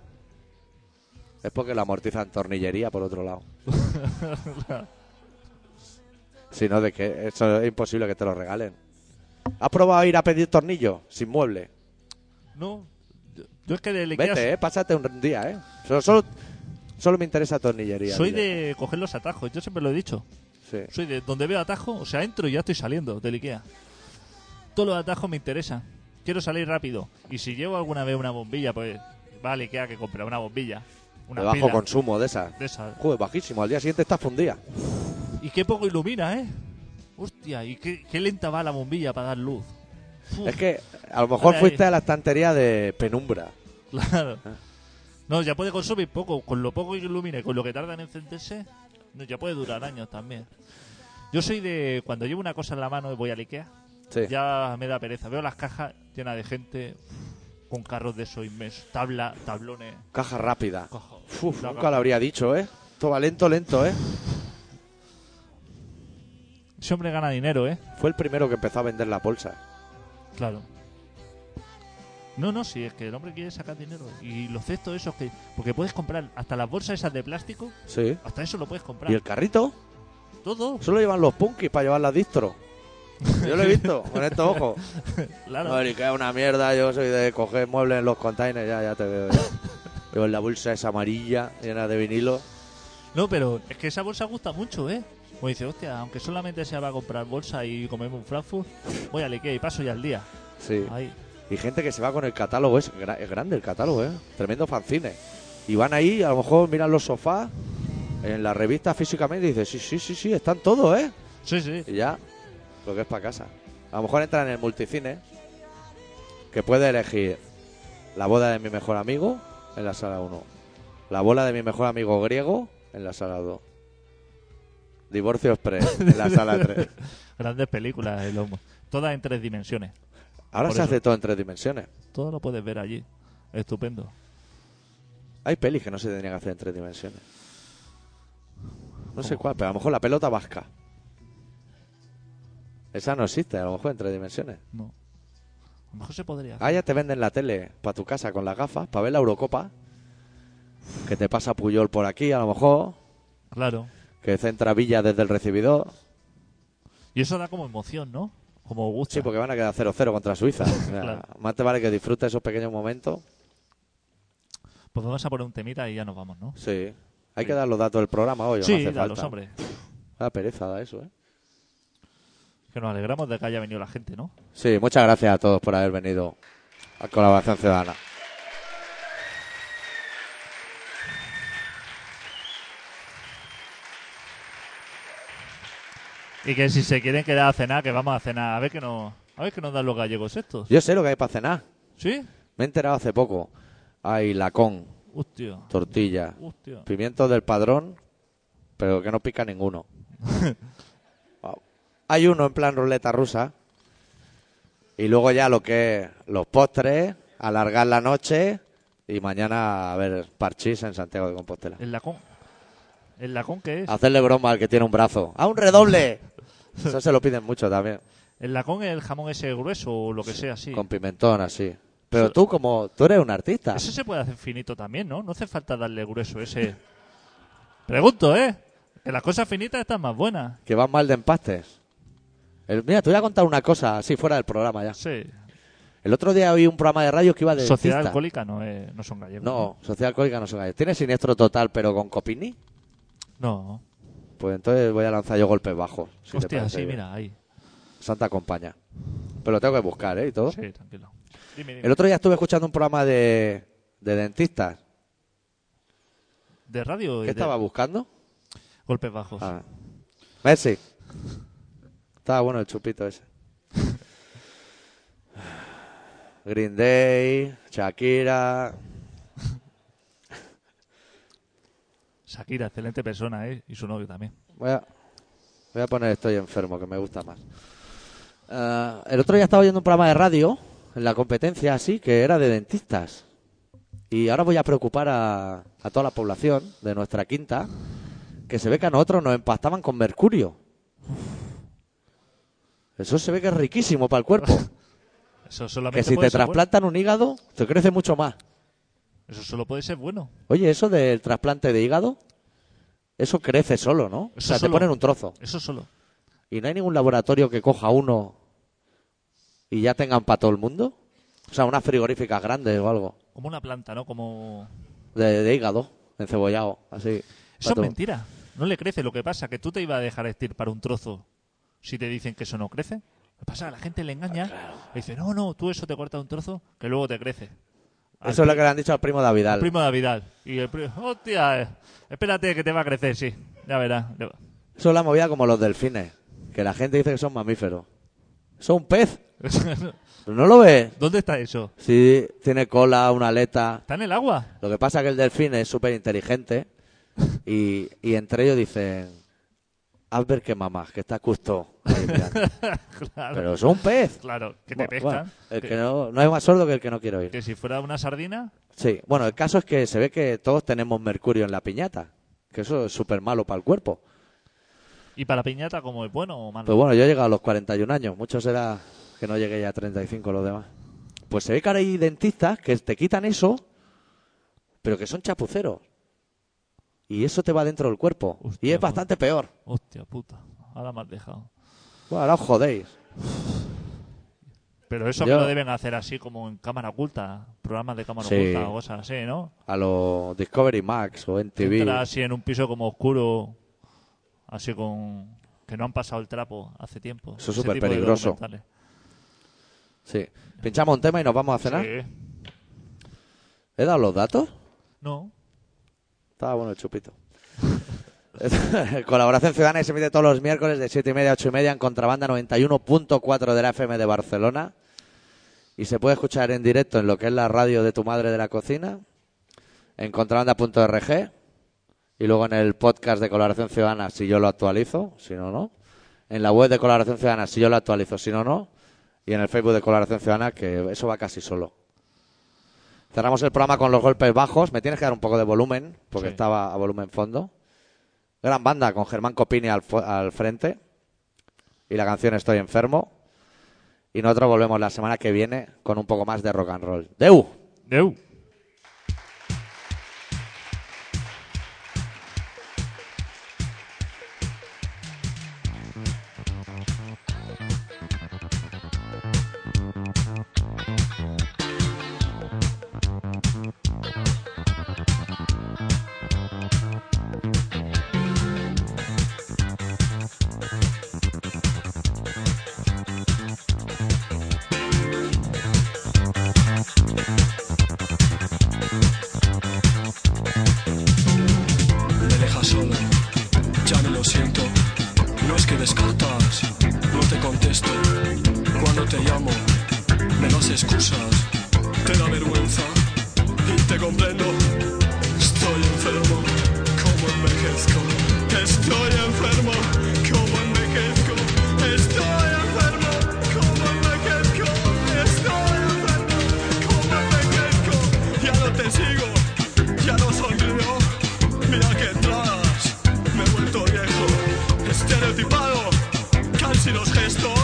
Speaker 2: es porque lo amortiza en tornillería por otro lado. si no, de que eso es imposible que te lo regalen. ¿Has probado ir a pedir tornillo sin mueble?
Speaker 3: No, yo- yo es que de Ikea
Speaker 2: Vete, ¿eh? Pásate un día, ¿eh? Solo, solo, solo me interesa tornillería.
Speaker 3: soy
Speaker 2: tío.
Speaker 3: de coger los atajos, yo siempre lo he dicho.
Speaker 2: Sí.
Speaker 3: Soy de donde veo atajo, o sea, entro y ya estoy saliendo del Ikea. Todos los atajos me interesan. Quiero salir rápido. Y si llevo alguna vez una bombilla, pues va al Ikea que compra una bombilla. Una
Speaker 2: de bajo
Speaker 3: pila
Speaker 2: consumo de esa.
Speaker 3: de esas.
Speaker 2: Joder, bajísimo. Al día siguiente estás fundida.
Speaker 3: Y qué poco ilumina, ¿eh? Hostia, y qué, qué lenta va la bombilla para dar luz. Uf.
Speaker 2: Es que a lo mejor
Speaker 3: Dale ahí.
Speaker 2: fuiste a la estantería de penumbra.
Speaker 3: Claro.
Speaker 2: Ah.
Speaker 3: No, ya puede consumir poco. Con lo poco que ilumine, con lo que tarda en encenderse, no, ya puede durar años también. Yo soy de. Cuando llevo una cosa en la mano y voy al Ikea,
Speaker 2: Sí.
Speaker 3: ya me da pereza. Veo las cajas llenas de gente con carros de eso inmensos, tabla, tablones.
Speaker 2: Caja rápida.
Speaker 3: caja-
Speaker 2: Uf,
Speaker 3: la
Speaker 2: nunca
Speaker 3: caja.
Speaker 2: lo habría dicho, ¿eh? Todo va lento, lento, ¿eh?
Speaker 3: Ese hombre gana dinero, ¿eh?
Speaker 2: Fue el primero que empezó a vender la bolsa.
Speaker 3: Claro. No, no, sí, es que el hombre quiere sacar dinero. Y los cestos esos que. Porque puedes comprar hasta las bolsas esas de plástico,
Speaker 2: Sí.
Speaker 3: hasta eso lo puedes comprar.
Speaker 2: ¿Y el carrito?
Speaker 3: Todo,
Speaker 2: Solo llevan los punkis para llevar la distro. Yo lo he visto con estos ojos.
Speaker 3: claro.
Speaker 2: No, que es una mierda. Yo soy de coger muebles en los containers. Ya, ya te veo. ya. Yo en la bolsa esa amarilla llena de vinilo.
Speaker 3: No, pero es que esa bolsa gusta mucho, ¿eh? Pues dice, hostia, aunque solamente sea para comprar bolsa y comerme un Frankfurt, voy al Ikea y paso ya el día.
Speaker 2: Sí.
Speaker 3: Ahí.
Speaker 2: Y gente que se va con el catálogo, es, gra- es grande el catálogo, ¿eh? Tremendo fanzine. Y van ahí, a lo mejor miran los sofás en la revista físicamente y dicen, sí, sí, sí, sí, están todos, ¿eh?
Speaker 3: Sí, sí.
Speaker 2: Y ya, lo que es para casa. A lo mejor entran en el multicine, que puede elegir la boda de mi mejor amigo en la sala 1, la boda de mi mejor amigo griego en la sala 2, Divorcio Express en la sala 3.
Speaker 3: Grandes películas, el homo. Todas en tres dimensiones.
Speaker 2: Ahora
Speaker 3: Por
Speaker 2: se
Speaker 3: eso.
Speaker 2: hace todo en tres dimensiones.
Speaker 3: Todo lo puedes ver allí. Estupendo.
Speaker 2: Hay pelis que no se tendrían que hacer en tres dimensiones. No sé cuál, pero a lo mejor la pelota vasca. Esa no existe, a lo mejor en tres dimensiones.
Speaker 3: No. A lo mejor se podría.
Speaker 2: Ah, ya te venden la tele para tu casa con las gafas, para ver la Eurocopa. Que te pasa Puyol por aquí, a lo mejor.
Speaker 3: Claro.
Speaker 2: Que centra Villa desde el recibidor.
Speaker 3: Y eso da como emoción, ¿no? Como gusto.
Speaker 2: Sí, porque van a quedar 0-0 contra Suiza. O sea,
Speaker 3: Claro.
Speaker 2: Más te vale que disfrutes esos pequeños momentos
Speaker 3: Pues vamos a poner un temita y ya nos vamos, ¿no?
Speaker 2: Sí. Hay que dar los datos del programa hoy. ¿o no
Speaker 3: sí,
Speaker 2: hace
Speaker 3: a los
Speaker 2: falta?
Speaker 3: hombres.
Speaker 2: Da pereza da eso, ¿eh?
Speaker 3: Que nos alegramos de que haya venido la gente, ¿no?
Speaker 2: Sí, muchas gracias a todos por haber venido a Colaboración Ciudadana.
Speaker 3: Y que si se quieren quedar a cenar, que vamos a cenar. A ver que no, a ver que nos dan los gallegos estos.
Speaker 2: Yo sé lo que hay para cenar.
Speaker 3: ¿Sí?
Speaker 2: Me he enterado hace poco. Hay lacón,
Speaker 3: Hostia.
Speaker 2: tortilla,
Speaker 3: Hostia.
Speaker 2: pimientos del padrón, pero que no pica ninguno. Hay uno en plan ruleta rusa. Y luego ya lo que es los postres, alargar la noche y mañana a ver parchís en Santiago de Compostela.
Speaker 3: El lacón. ¿El lacón qué es?
Speaker 2: Hacerle broma al que tiene un brazo. ¡A un redoble! Eso se lo piden mucho también,
Speaker 3: El lacón es el jamón ese grueso o lo que sea, sí.
Speaker 2: con pimentón así. Pero tú como tú eres un artista.
Speaker 3: Eso se puede hacer finito también, ¿no? No hace falta darle grueso ese. Pregunto, ¿eh? Que las cosas finitas están más buenas.
Speaker 2: que van mal de empastes. El- mira, te voy a contar una cosa así fuera del programa ya.
Speaker 3: Sí.
Speaker 2: El otro día oí un programa de radio que iba de
Speaker 3: Sociedad
Speaker 2: dentista.
Speaker 3: alcohólica no, es- no son gallegos.
Speaker 2: No, Sociedad Alcohólica no se engaña. Tiene siniestro total, pero con Copini.
Speaker 3: No.
Speaker 2: Pues entonces voy a lanzar yo golpes bajos. si te
Speaker 3: Hostia,
Speaker 2: parece
Speaker 3: sí,
Speaker 2: bien.
Speaker 3: mira, ahí.
Speaker 2: Santa compañía. Pero lo tengo que buscar, ¿eh? Y todo.
Speaker 3: Sí, tranquilo. Dime, dime.
Speaker 2: El otro día estuve escuchando un programa de, de dentistas.
Speaker 3: De radio y
Speaker 2: ¿Qué
Speaker 3: de
Speaker 2: estaba buscando?
Speaker 3: golpes bajos.
Speaker 2: Ah. Messi. Estaba bueno el chupito ese. Green Day, Shakira.
Speaker 3: Shakira, excelente persona, ¿eh? Y su novio también.
Speaker 2: Voy a, voy a poner Estoy enfermo, que me gusta más. Ah, el otro día estaba oyendo un programa de radio, en la competencia así, que era de dentistas. Y ahora voy a preocupar a, a toda la población de nuestra quinta, que se ve que a nosotros nos empastaban con mercurio. Eso se ve que es riquísimo para el cuerpo.
Speaker 3: Eso solamente
Speaker 2: Que si
Speaker 3: puede
Speaker 2: te
Speaker 3: ser bueno.
Speaker 2: trasplantan un hígado, te crece mucho más.
Speaker 3: Eso solo puede ser bueno.
Speaker 2: Oye, eso del trasplante de hígado, eso crece solo, ¿no? O
Speaker 3: Eso
Speaker 2: sea, te
Speaker 3: solo.
Speaker 2: ponen un trozo.
Speaker 3: Eso solo.
Speaker 2: ¿Y no hay ningún laboratorio que coja uno y ya tengan para todo el mundo? O sea, unas frigoríficas grandes o algo.
Speaker 3: Como una planta, ¿no? Como...
Speaker 2: De, de hígado, encebollado, así.
Speaker 3: Eso
Speaker 2: Pa'
Speaker 3: es
Speaker 2: todo.
Speaker 3: mentira. No le crece. Lo que pasa que tú te ibas a dejar estirpar un trozo si te dicen que eso no crece. Lo que pasa que la gente le
Speaker 2: Ah,
Speaker 3: engaña. Le dice, no, no, tú eso te cortas un trozo que luego te crece. Al
Speaker 2: Eso es lo que le han dicho al primo Davidal.
Speaker 3: El primo de Vidal. Y el primo, hostia, eh, espérate que te va a crecer, sí. Ya verás. Le-
Speaker 2: Eso es la movida como los delfines, que la gente dice que son mamíferos. Son un pez. ¿No lo ves?
Speaker 3: ¿Dónde está eso?
Speaker 2: Sí, tiene cola, una aleta.
Speaker 3: ¿Está en el agua?
Speaker 2: Lo que pasa es que el delfín es súper inteligente y, y entre ellos dicen, haz ver que mamás, que está justo. ahí mirando".
Speaker 3: claro,
Speaker 2: Pero es un pez.
Speaker 3: claro, que te
Speaker 2: Bueno,
Speaker 3: pescan.
Speaker 2: bueno, el
Speaker 3: que,
Speaker 2: que no, no hay más sordo que el que no quiere oír.
Speaker 3: que si fuera una sardina,
Speaker 2: Sí, bueno, el caso es que se ve que todos tenemos mercurio en la piñata, que eso es súper malo para el cuerpo.
Speaker 3: y para la piñata, como es bueno o malo.
Speaker 2: Pues bueno, yo he llegado a los 41 años, mucho será que no llegué ya a 35 los demás. Pues se ve que ahora hay dentistas que te quitan eso, pero que son chapuceros. Y eso te va dentro del cuerpo. y
Speaker 3: Hostia,
Speaker 2: es bastante peor.
Speaker 3: Hostia puta, ahora me has dejado.
Speaker 2: Bueno, ahora os jodéis.
Speaker 3: Pero eso
Speaker 2: Yo-
Speaker 3: que lo deben hacer así, como en cámara oculta, programas de cámara
Speaker 2: Sí.
Speaker 3: oculta o cosas así, ¿no?
Speaker 2: A los Discovery Max o
Speaker 3: Entrar
Speaker 2: NTV.
Speaker 3: así en un piso como oscuro, así con. que no han pasado el trapo hace tiempo.
Speaker 2: Eso es
Speaker 3: Ese
Speaker 2: súper
Speaker 3: tipo de
Speaker 2: peligroso.
Speaker 3: documentales.
Speaker 2: Sí. Pinchamos un tema y nos vamos a cenar.
Speaker 3: Sí.
Speaker 2: ¿He dado los datos?
Speaker 3: No,
Speaker 2: Estaba bueno el chupito. Colaboración Ciudadana que se emite todos los miércoles de 7 y media a 8 y media en Contrabanda 91.4 de la FM de Barcelona. Y se puede escuchar en directo en lo que es la radio de tu madre de la cocina, en contrabanda.org y luego en el podcast de Colaboración Ciudadana si yo lo actualizo, si no, no. En la web de Colaboración Ciudadana si yo lo actualizo, si no, no. Y en el Facebook de Colaboración Ciudadana que eso va casi solo. Cerramos el programa con los golpes bajos. Me tienes que dar un poco de volumen, porque
Speaker 3: Sí.
Speaker 2: estaba a volumen fondo. Gran banda con Germán Copini al, fu- al frente. Y la canción Estoy enfermo. Y nosotros volvemos la semana que viene con un poco más de rock and roll. ¡Deu!
Speaker 3: Deu.
Speaker 4: preguntas, no te contesto. Cuando te llamo, me das excusas. Te da vergüenza y te comprendo. Estoy enfermo, como envejezco. Estoy enfermo, como envejezco. Estoy enfermo, como envejezco. Estoy enfermo, como envejezco. Ya no te sigo, ya no sonrío. Mira que entradas, me he vuelto viejo. Estereotipado, casi los gestos.